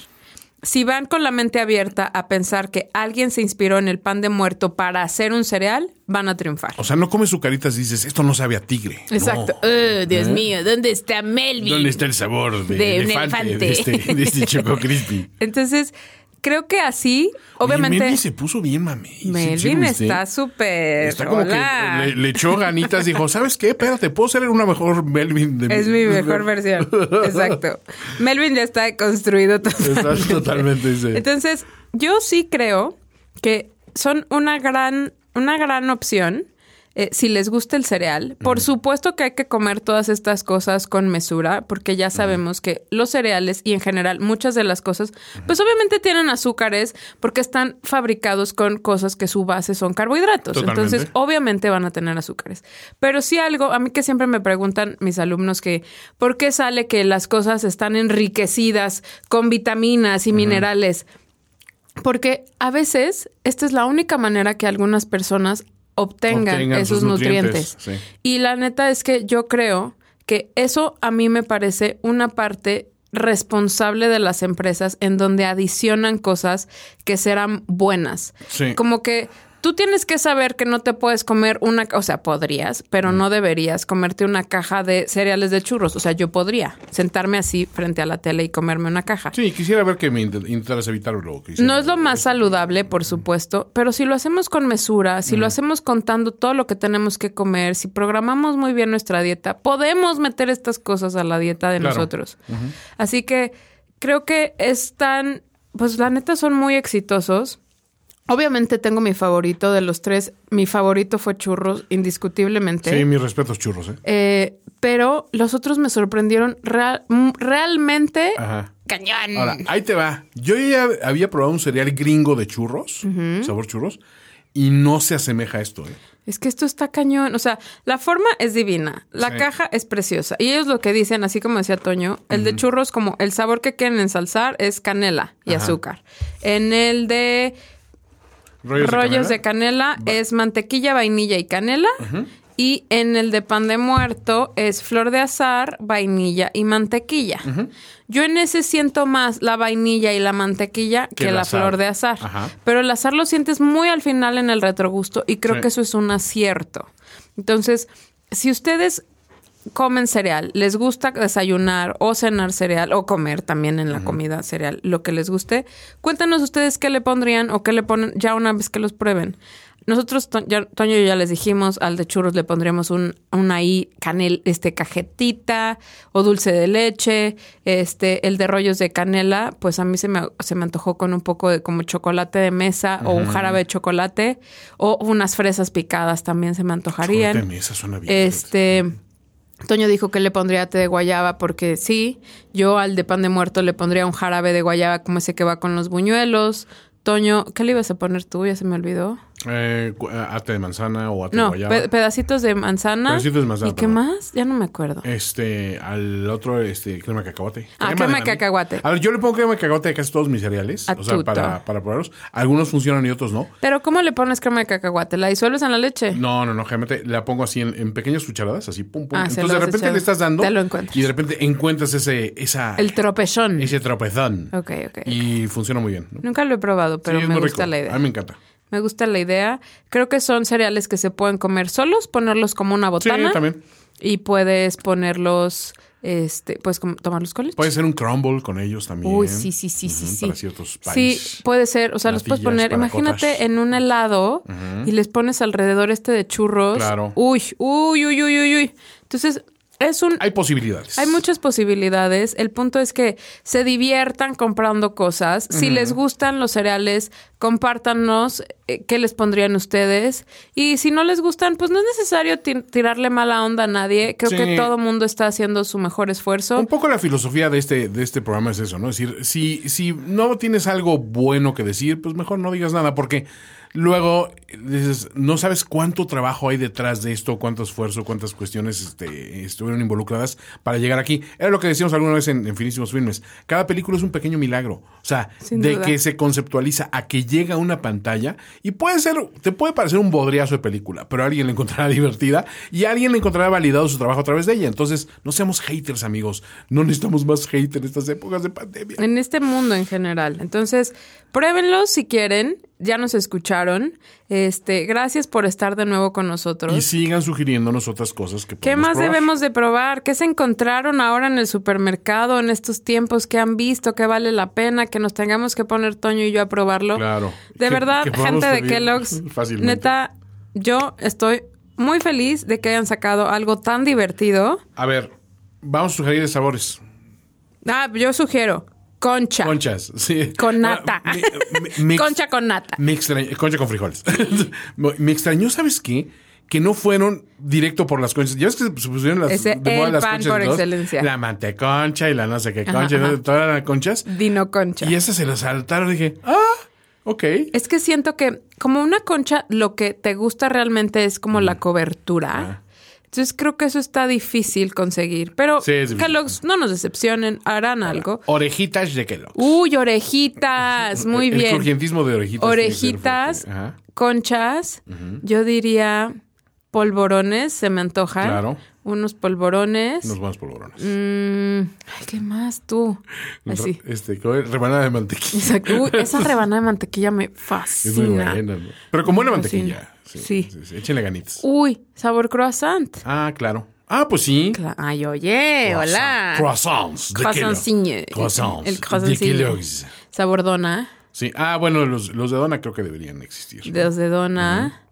[SPEAKER 2] Si van con la mente abierta a pensar que alguien se inspiró en el pan de muerto para hacer un cereal, van a triunfar.
[SPEAKER 3] O sea, no comes sucaritas y dices, esto no sabe a tigre. No. ¿Eh?
[SPEAKER 2] Exacto.
[SPEAKER 4] Oh, Dios mío, ¿dónde está Melvin?
[SPEAKER 3] ¿Dónde está el sabor de,
[SPEAKER 4] De un
[SPEAKER 3] elefante,
[SPEAKER 4] elefante.
[SPEAKER 3] De, este, de este Choco Crispy?
[SPEAKER 2] Entonces, creo que así, obviamente.
[SPEAKER 3] Oye, Melvin se puso bien, mami. Sí, sí,
[SPEAKER 2] Melvin
[SPEAKER 3] lo viste.
[SPEAKER 2] está súper.
[SPEAKER 3] Está como
[SPEAKER 2] hola.
[SPEAKER 3] que le, le echó ganitas, dijo, ¿sabes qué? Espérate, puedo ser una mejor Melvin de
[SPEAKER 2] Es mi mejor versión. Exacto. Melvin ya está construido totalmente.
[SPEAKER 3] Está totalmente, sí.
[SPEAKER 2] Entonces, yo sí creo que son una gran, una gran opción. eh, si les gusta el cereal, por supuesto que hay que comer todas estas cosas con mesura, porque ya sabemos que los cereales y en general muchas de las cosas, pues obviamente tienen azúcares porque están fabricados con cosas que su base son carbohidratos.
[SPEAKER 3] Totalmente.
[SPEAKER 2] Entonces, obviamente van a tener azúcares. Pero sí algo, a mí que siempre me preguntan mis alumnos que, ¿por qué sale que las cosas están enriquecidas con vitaminas y minerales? Porque a veces esta es la única manera que algunas personas obtengan,
[SPEAKER 3] Obtengan
[SPEAKER 2] esos
[SPEAKER 3] sus
[SPEAKER 2] nutrientes.
[SPEAKER 3] nutrientes,
[SPEAKER 2] Y la neta es que yo creo que eso a mí me parece una parte responsable de las empresas en donde adicionan cosas que serán buenas.
[SPEAKER 3] Sí.
[SPEAKER 2] Como que tú tienes que saber que no te puedes comer una, o sea, podrías, pero no deberías comerte una caja de cereales de churros. O sea, yo podría sentarme así frente a la tele y comerme una caja.
[SPEAKER 3] Sí, quisiera ver que me int- intentaras evitarlo. que hiciera.
[SPEAKER 2] No es lo más saludable, por supuesto, pero si lo hacemos con mesura,
[SPEAKER 3] Mm.
[SPEAKER 2] si lo hacemos contando todo lo que tenemos que comer, si programamos muy bien nuestra dieta, podemos meter estas cosas a la dieta de
[SPEAKER 3] Claro.
[SPEAKER 2] nosotros. Así que creo que están, pues la neta son muy exitosos. Obviamente tengo mi favorito de los tres. Mi favorito fue churros, indiscutiblemente.
[SPEAKER 3] Sí, mis respetos churros, ¿eh?
[SPEAKER 2] Eh, pero los otros me sorprendieron real- mm, realmente
[SPEAKER 3] Ajá.
[SPEAKER 2] cañón.
[SPEAKER 3] Ahora, ahí te va. Yo ya había probado un cereal gringo de churros, sabor churros, y no se asemeja a esto, ¿eh?
[SPEAKER 2] Es que esto está cañón. O sea, la forma es divina, la
[SPEAKER 3] Sí.
[SPEAKER 2] caja es preciosa. Y ellos lo que dicen, así como decía Toño, el de churros, como el sabor que quieren ensalzar es canela y
[SPEAKER 3] Ajá.
[SPEAKER 2] azúcar. En el de rollos, de canela,
[SPEAKER 3] Va-
[SPEAKER 2] es mantequilla, vainilla y canela. Y en el de pan de muerto es flor de azar, vainilla y mantequilla. Yo en ese siento más la vainilla y la mantequilla
[SPEAKER 3] Que
[SPEAKER 2] que,
[SPEAKER 3] el
[SPEAKER 2] la
[SPEAKER 3] azar.
[SPEAKER 2] flor de azar.
[SPEAKER 3] Ajá.
[SPEAKER 2] Pero el azar lo sientes muy al final en el retrogusto y creo
[SPEAKER 3] Sí.
[SPEAKER 2] que eso es un acierto. Entonces, si ustedes comen cereal, les gusta desayunar o cenar cereal o comer también en la comida cereal, lo que les guste, cuéntanos ustedes qué le pondrían o qué le ponen ya una vez que los prueben. Nosotros, To- ya- Toño y yo ya les dijimos, al de churros le pondríamos un, un ahí canel, este, cajetita o dulce de leche, este, el de rollos de canela, pues a mí se me, se me antojó con un poco de como chocolate de mesa o un jarabe de chocolate o unas fresas picadas también se me antojarían.
[SPEAKER 3] Chocolate de mesa suena bien.
[SPEAKER 2] Este. Toño dijo que le pondría té de guayaba porque sí. Yo al de pan de muerto le pondría un jarabe de guayaba como ese que va con los buñuelos. Toño, ¿qué le ibas a poner tú? Ya se me olvidó.
[SPEAKER 3] Eh, cu- ate de manzana o ate de
[SPEAKER 2] No,
[SPEAKER 3] guayaba.
[SPEAKER 2] pe- pedacitos de manzana.
[SPEAKER 3] Pedacitos de manzana,
[SPEAKER 2] ¿Y qué
[SPEAKER 3] perdón.
[SPEAKER 2] más? Ya no me acuerdo.
[SPEAKER 3] Este, al otro, este, crema de cacahuate.
[SPEAKER 2] Ah, crema de
[SPEAKER 3] nanay.
[SPEAKER 2] cacahuate.
[SPEAKER 3] A ver, yo le pongo crema de cacahuate a casi todos mis cereales.
[SPEAKER 2] A
[SPEAKER 3] o sea,
[SPEAKER 2] tuto.
[SPEAKER 3] para, para probarlos. Algunos funcionan y otros no.
[SPEAKER 2] Pero ¿cómo le pones crema de cacahuate? ¿La disuelves en la leche?
[SPEAKER 3] No, no, no, generalmente la pongo así en, en pequeñas cucharadas, así pum, pum.
[SPEAKER 2] Ah, se
[SPEAKER 3] Entonces
[SPEAKER 2] lo
[SPEAKER 3] de
[SPEAKER 2] has
[SPEAKER 3] repente
[SPEAKER 2] echado.
[SPEAKER 3] le estás dando.
[SPEAKER 2] Te lo encuentras.
[SPEAKER 3] Y de repente encuentras ese, esa,
[SPEAKER 2] El tropezón.
[SPEAKER 3] ese tropezón.
[SPEAKER 2] Ok, ok.
[SPEAKER 3] Y funciona muy bien. ¿no?
[SPEAKER 2] Nunca lo he probado, pero
[SPEAKER 3] Sí, es
[SPEAKER 2] me
[SPEAKER 3] muy
[SPEAKER 2] gusta
[SPEAKER 3] rico.
[SPEAKER 2] la idea.
[SPEAKER 3] A mí me encanta.
[SPEAKER 2] Me gusta la idea. Creo que son cereales que se pueden comer solos, ponerlos como una botana.
[SPEAKER 3] también.
[SPEAKER 2] Y puedes ponerlos, este, puedes com- tomarlos con leche.
[SPEAKER 3] Puede ser un crumble con ellos también.
[SPEAKER 2] Uy, sí, sí, sí, sí,
[SPEAKER 3] Ujú,
[SPEAKER 2] sí.
[SPEAKER 3] Para ciertos países.
[SPEAKER 2] Sí, puede ser. O sea, los puedes
[SPEAKER 3] Natillas,
[SPEAKER 2] poner, imagínate,
[SPEAKER 3] panacotas.
[SPEAKER 2] en un helado y les pones alrededor este de churros.
[SPEAKER 3] Claro.
[SPEAKER 2] Uy, uy, uy, uy, uy, uy. Entonces, es un...
[SPEAKER 3] Hay posibilidades.
[SPEAKER 2] Hay muchas posibilidades. El punto es que se diviertan comprando cosas. Si les gustan los cereales, compártanos eh, qué les pondrían ustedes. Y si no les gustan, pues no es necesario ti- tirarle mala onda a nadie. Creo
[SPEAKER 3] Sí.
[SPEAKER 2] que todo mundo está haciendo su mejor esfuerzo.
[SPEAKER 3] Un poco la filosofía de este, de este programa es eso, ¿no? Es decir, si, si no tienes algo bueno que decir, pues mejor no digas nada, porque luego dices, no sabes cuánto trabajo hay detrás de esto, cuánto esfuerzo, cuántas cuestiones este, estuvieron involucradas para llegar aquí. Era lo que decíamos alguna vez en, en Finísimos Filmes. Cada película es un pequeño milagro. O sea,
[SPEAKER 2] Sin
[SPEAKER 3] de
[SPEAKER 2] duda.
[SPEAKER 3] que se conceptualiza a que llega a una pantalla y puede ser, te puede parecer un bodriazo de película, pero alguien la encontrará divertida y alguien le encontrará validado su trabajo a través de ella. Entonces, no seamos haters, amigos. No necesitamos más hate en estas épocas de pandemia.
[SPEAKER 2] En este mundo en general. Entonces, pruébenlos si quieren. Ya nos escucharon. Este, gracias por estar de nuevo con nosotros.
[SPEAKER 3] Y sigan sugiriéndonos otras cosas que
[SPEAKER 2] ¿Qué
[SPEAKER 3] podemos
[SPEAKER 2] más
[SPEAKER 3] probar.
[SPEAKER 2] debemos de probar? ¿Qué se encontraron ahora en el supermercado en estos tiempos? ¿Qué han visto? ¿Qué vale la pena? Que nos tengamos que poner Toño y yo a probarlo.
[SPEAKER 3] Claro.
[SPEAKER 2] De
[SPEAKER 3] Que-
[SPEAKER 2] verdad,
[SPEAKER 3] que podamos
[SPEAKER 2] gente de
[SPEAKER 3] pedir
[SPEAKER 2] Kellogg's,
[SPEAKER 3] fácilmente.
[SPEAKER 2] neta, yo estoy muy feliz de que hayan sacado algo tan divertido.
[SPEAKER 3] A ver, vamos a sugerir sabores.
[SPEAKER 2] Ah, yo sugiero concha.
[SPEAKER 3] Conchas, sí.
[SPEAKER 2] Con nata.
[SPEAKER 3] Ah, me- me- me-
[SPEAKER 2] Concha con nata.
[SPEAKER 3] Me extrañó, concha con frijoles. Me- me extrañó, ¿sabes qué? Que no fueron directo por las conchas. Ya ves que se pusieron las,
[SPEAKER 2] Ese,
[SPEAKER 3] moda
[SPEAKER 2] el
[SPEAKER 3] las
[SPEAKER 2] pan por
[SPEAKER 3] y todo.
[SPEAKER 2] excelencia.
[SPEAKER 3] La manteconcha y la no sé qué
[SPEAKER 2] Ajá,
[SPEAKER 3] concha,
[SPEAKER 2] ajá.
[SPEAKER 3] todas las conchas.
[SPEAKER 2] Dino concha.
[SPEAKER 3] Y esas se las saltaron. Dije, ah, ok.
[SPEAKER 2] Es que siento que como una concha lo que te gusta realmente es como la cobertura. Entonces creo que eso está difícil conseguir. Pero
[SPEAKER 3] Sí, es difícil.
[SPEAKER 2] Kellogg's, no nos decepcionen, harán algo.
[SPEAKER 3] Orejitas de Kellogg.
[SPEAKER 2] Uy, orejitas, muy
[SPEAKER 3] El- El
[SPEAKER 2] bien.
[SPEAKER 3] corrientismo de orejitas. tiene que ser
[SPEAKER 2] Orejitas,
[SPEAKER 3] fuerte. Ajá.
[SPEAKER 2] conchas, yo diría polvorones se me antojan.
[SPEAKER 3] Claro.
[SPEAKER 2] Unos polvorones.
[SPEAKER 3] Nos vamos polvorones.
[SPEAKER 2] Mm, pues ay, ¿qué más tú? Así.
[SPEAKER 3] Re- Este, ¿cómo es? rebanada de mantequilla.
[SPEAKER 2] Exacto. Uy, esa rebanada de mantequilla me
[SPEAKER 3] Es muy
[SPEAKER 2] fascina.
[SPEAKER 3] buena. ¿no? Pero con buena
[SPEAKER 2] Me
[SPEAKER 3] mantequilla.
[SPEAKER 2] fascina.
[SPEAKER 3] Sí,
[SPEAKER 2] Pues Sí. Uh.
[SPEAKER 3] sí, sí. Échenle ganitas.
[SPEAKER 2] Uy, sabor croissant.
[SPEAKER 3] Ah, claro. Ah, pues sí.
[SPEAKER 2] Cla- Ay, oye, hola.
[SPEAKER 3] Croissants. de
[SPEAKER 2] Croissantinho.
[SPEAKER 3] Kellogg. Croissants.
[SPEAKER 2] El croissantinho.
[SPEAKER 3] de Kellogg's.
[SPEAKER 2] Sabor dona,
[SPEAKER 3] Sí. Ah, bueno, los, los de dona creo que deberían existir.
[SPEAKER 2] dedos de dona.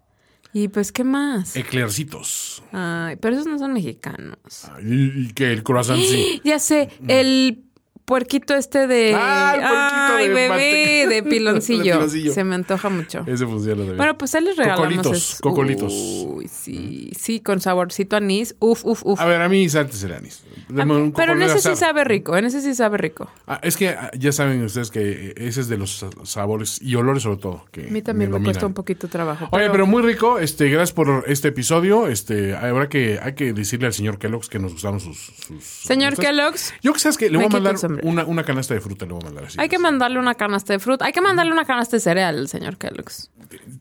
[SPEAKER 2] Y pues, ¿qué más?
[SPEAKER 3] Eh. Eclercitos.
[SPEAKER 2] Ay, pero esos no son mexicanos.
[SPEAKER 3] Ah, y, y que el croissant sí.
[SPEAKER 2] Ya sé, el puerquito este de.
[SPEAKER 3] Mm. Ah, el puerquito
[SPEAKER 2] Ay,
[SPEAKER 3] de
[SPEAKER 2] bebé,
[SPEAKER 3] manteca-
[SPEAKER 2] de piloncillo.
[SPEAKER 3] de piloncillo.
[SPEAKER 2] Se me antoja mucho.
[SPEAKER 3] Ese funciona también.
[SPEAKER 2] Bueno, pues ahí les regalamos.
[SPEAKER 3] Cocolitos,
[SPEAKER 2] es-
[SPEAKER 3] cocolitos.
[SPEAKER 2] Uy, sí, sí, con saborcito a anís. Uf, uf, uf.
[SPEAKER 3] a ver, a mí antes era anís.
[SPEAKER 2] A mí-
[SPEAKER 3] Dame un
[SPEAKER 2] Ah, pero en
[SPEAKER 3] cocolé de
[SPEAKER 2] ese sí
[SPEAKER 3] azar.
[SPEAKER 2] sabe rico, en ese sí sabe rico.
[SPEAKER 3] Ah, es que ah, ya saben ustedes que eh, ese es de los sa- sabores y olores sobre todo. Que
[SPEAKER 2] A mí también me
[SPEAKER 3] dominan.
[SPEAKER 2] cuesta un poquito trabajo.
[SPEAKER 3] Oye, pero muy rico. Este, gracias por este episodio. Este, habrá que hay que decirle al señor Kellogg's que nos gustaron sus. sus-
[SPEAKER 2] Señor
[SPEAKER 3] sus-
[SPEAKER 2] Kellogg's,
[SPEAKER 3] Yo que sabes que
[SPEAKER 2] Me
[SPEAKER 3] le voy a
[SPEAKER 2] quito el
[SPEAKER 3] mandar
[SPEAKER 2] sombrero.
[SPEAKER 3] una, una canasta de fruta, le voy a mandar así.
[SPEAKER 2] hay que mandarle una canasta de fruta, hay que mandarle una canasta de cereal al señor Kellogg's.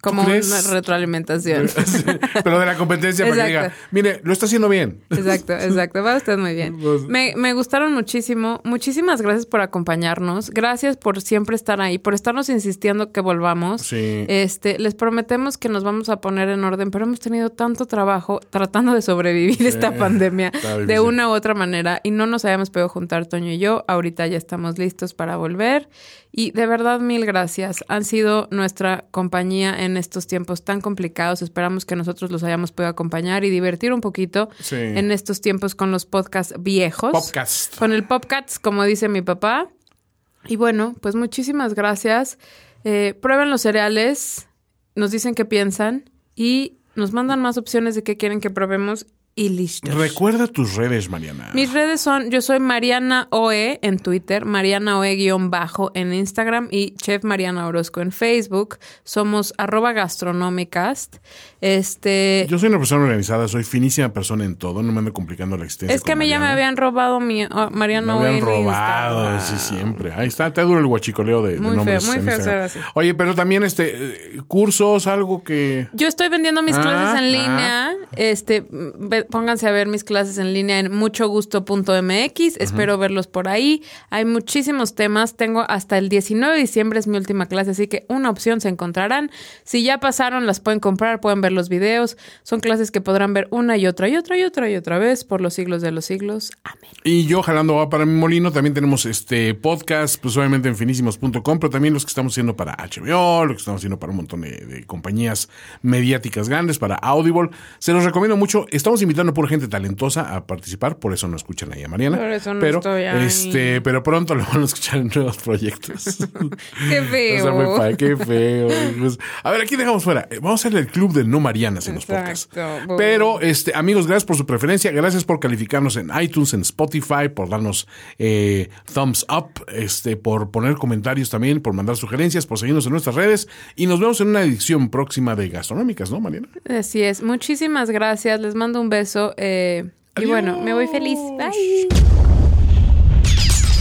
[SPEAKER 2] Como
[SPEAKER 3] crees?
[SPEAKER 2] una retroalimentación.
[SPEAKER 3] Sí, Pero de la competencia para que diga,
[SPEAKER 2] Exacto.
[SPEAKER 3] mire, lo está haciendo bien.
[SPEAKER 2] Exacto, exacto. Va usted muy bien.
[SPEAKER 3] Pues-
[SPEAKER 2] Me, me gustaron muchísimo. Muchísimas gracias por acompañarnos. Gracias por siempre estar ahí, por estarnos insistiendo que volvamos.
[SPEAKER 3] Sí.
[SPEAKER 2] Este, les prometemos que nos vamos a poner en orden, pero hemos tenido tanto trabajo tratando de sobrevivir esta pandemia
[SPEAKER 3] está
[SPEAKER 2] de
[SPEAKER 3] difícil.
[SPEAKER 2] una u otra manera y no nos habíamos podido juntar Toño y yo. Ahorita ya estamos listos para volver y de verdad mil gracias. Han sido nuestra compañía en estos tiempos tan complicados. Esperamos que nosotros los hayamos podido acompañar y divertir un poquito
[SPEAKER 3] Sí.
[SPEAKER 2] en estos tiempos con los podcasts viejos.
[SPEAKER 3] Podcast.
[SPEAKER 2] Con el Popcats, como dice mi papá. Y bueno, pues muchísimas gracias. Eh, prueben los cereales, nos dicen qué piensan y nos mandan más opciones de qué quieren que probemos y listo.
[SPEAKER 3] Recuerda tus redes, Mariana.
[SPEAKER 2] Mis redes son, yo soy Mariana Oe en Twitter, Mariana Oe guión bajo en Instagram y Chef Mariana Orozco en Facebook. Somos arroba gastronómicast. Este,
[SPEAKER 3] Yo soy una persona organizada, soy finísima persona en todo, no me ando complicando la existencia.
[SPEAKER 2] es que a
[SPEAKER 3] con
[SPEAKER 2] mí ya me
[SPEAKER 3] Mariana.
[SPEAKER 2] habían robado mi oh,
[SPEAKER 3] Me
[SPEAKER 2] Mariana Oe.
[SPEAKER 3] habían
[SPEAKER 2] en
[SPEAKER 3] robado,
[SPEAKER 2] Instagram.
[SPEAKER 3] sí, siempre. Ahí está, te duro el guachicoleo de, de
[SPEAKER 2] Muy feo,
[SPEAKER 3] nombres.
[SPEAKER 2] muy
[SPEAKER 3] en
[SPEAKER 2] feo
[SPEAKER 3] Instagram.
[SPEAKER 2] ser así.
[SPEAKER 3] Oye, pero también este eh, cursos, algo que.
[SPEAKER 2] Yo estoy vendiendo mis
[SPEAKER 3] Ah,
[SPEAKER 2] clases en
[SPEAKER 3] ah.
[SPEAKER 2] línea. Este, ve- pónganse a ver mis clases en línea en muchogusto.mx. Espero verlos por ahí. Hay muchísimos temas. Tengo hasta el 19 de diciembre es mi última clase, así que una opción se encontrarán. Si ya pasaron, las pueden comprar, pueden ver los videos. Son clases que podrán ver una y otra y otra y otra y otra vez por los siglos de los siglos. Amén.
[SPEAKER 3] Y yo jalando va para mi molino, también tenemos este podcast, pues obviamente en finísimos.com, pero también los que estamos haciendo para HBO, lo que estamos haciendo para un montón de, de compañías mediáticas grandes, para Audible. Se los recomiendo mucho. Estamos invitando pura gente talentosa a participar, por eso no escuchan ahí a Mariana.
[SPEAKER 2] Por eso no
[SPEAKER 3] pero,
[SPEAKER 2] estoy ahí.
[SPEAKER 3] Este, pero pronto lo van a escuchar en nuevos proyectos.
[SPEAKER 2] Qué
[SPEAKER 3] Está muy
[SPEAKER 2] feo.
[SPEAKER 3] padre, qué feo. Pues, a ver, aquí dejamos fuera. Eh, Vamos a hacer el club de no Marianas en los podcasts.
[SPEAKER 2] Exacto. Boom.
[SPEAKER 3] Pero, este, amigos, gracias por su preferencia. Gracias por calificarnos en iTunes, en Spotify, por darnos eh, thumbs up, este, por poner comentarios también, por mandar sugerencias, por seguirnos en nuestras redes. Y nos vemos en una edición próxima de Gastronómicas, ¿no, Mariana?
[SPEAKER 2] Así es. Muchísimas gracias. Les mando un beso. eh, y bueno, me voy feliz. Bye.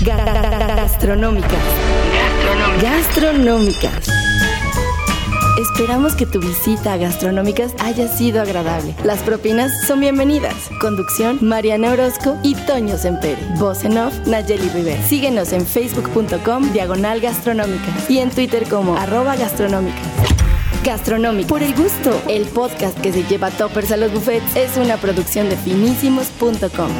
[SPEAKER 1] Ga- ga- ga- Gastronómicas. Gastronómicas. Esperamos que tu visita a Gastronómicas haya sido agradable. Las propinas son bienvenidas. Conducción, Mariana Orozco y Toño Semperi. Voz en off, Nayeli Rivera. Síguenos en facebook.com, diagonal gastronómicas. Y en Twitter como arroba gastronómicas. Gastronómica. Por el gusto, el podcast que se lleva toppers a los buffets es una producción de finísimos.com.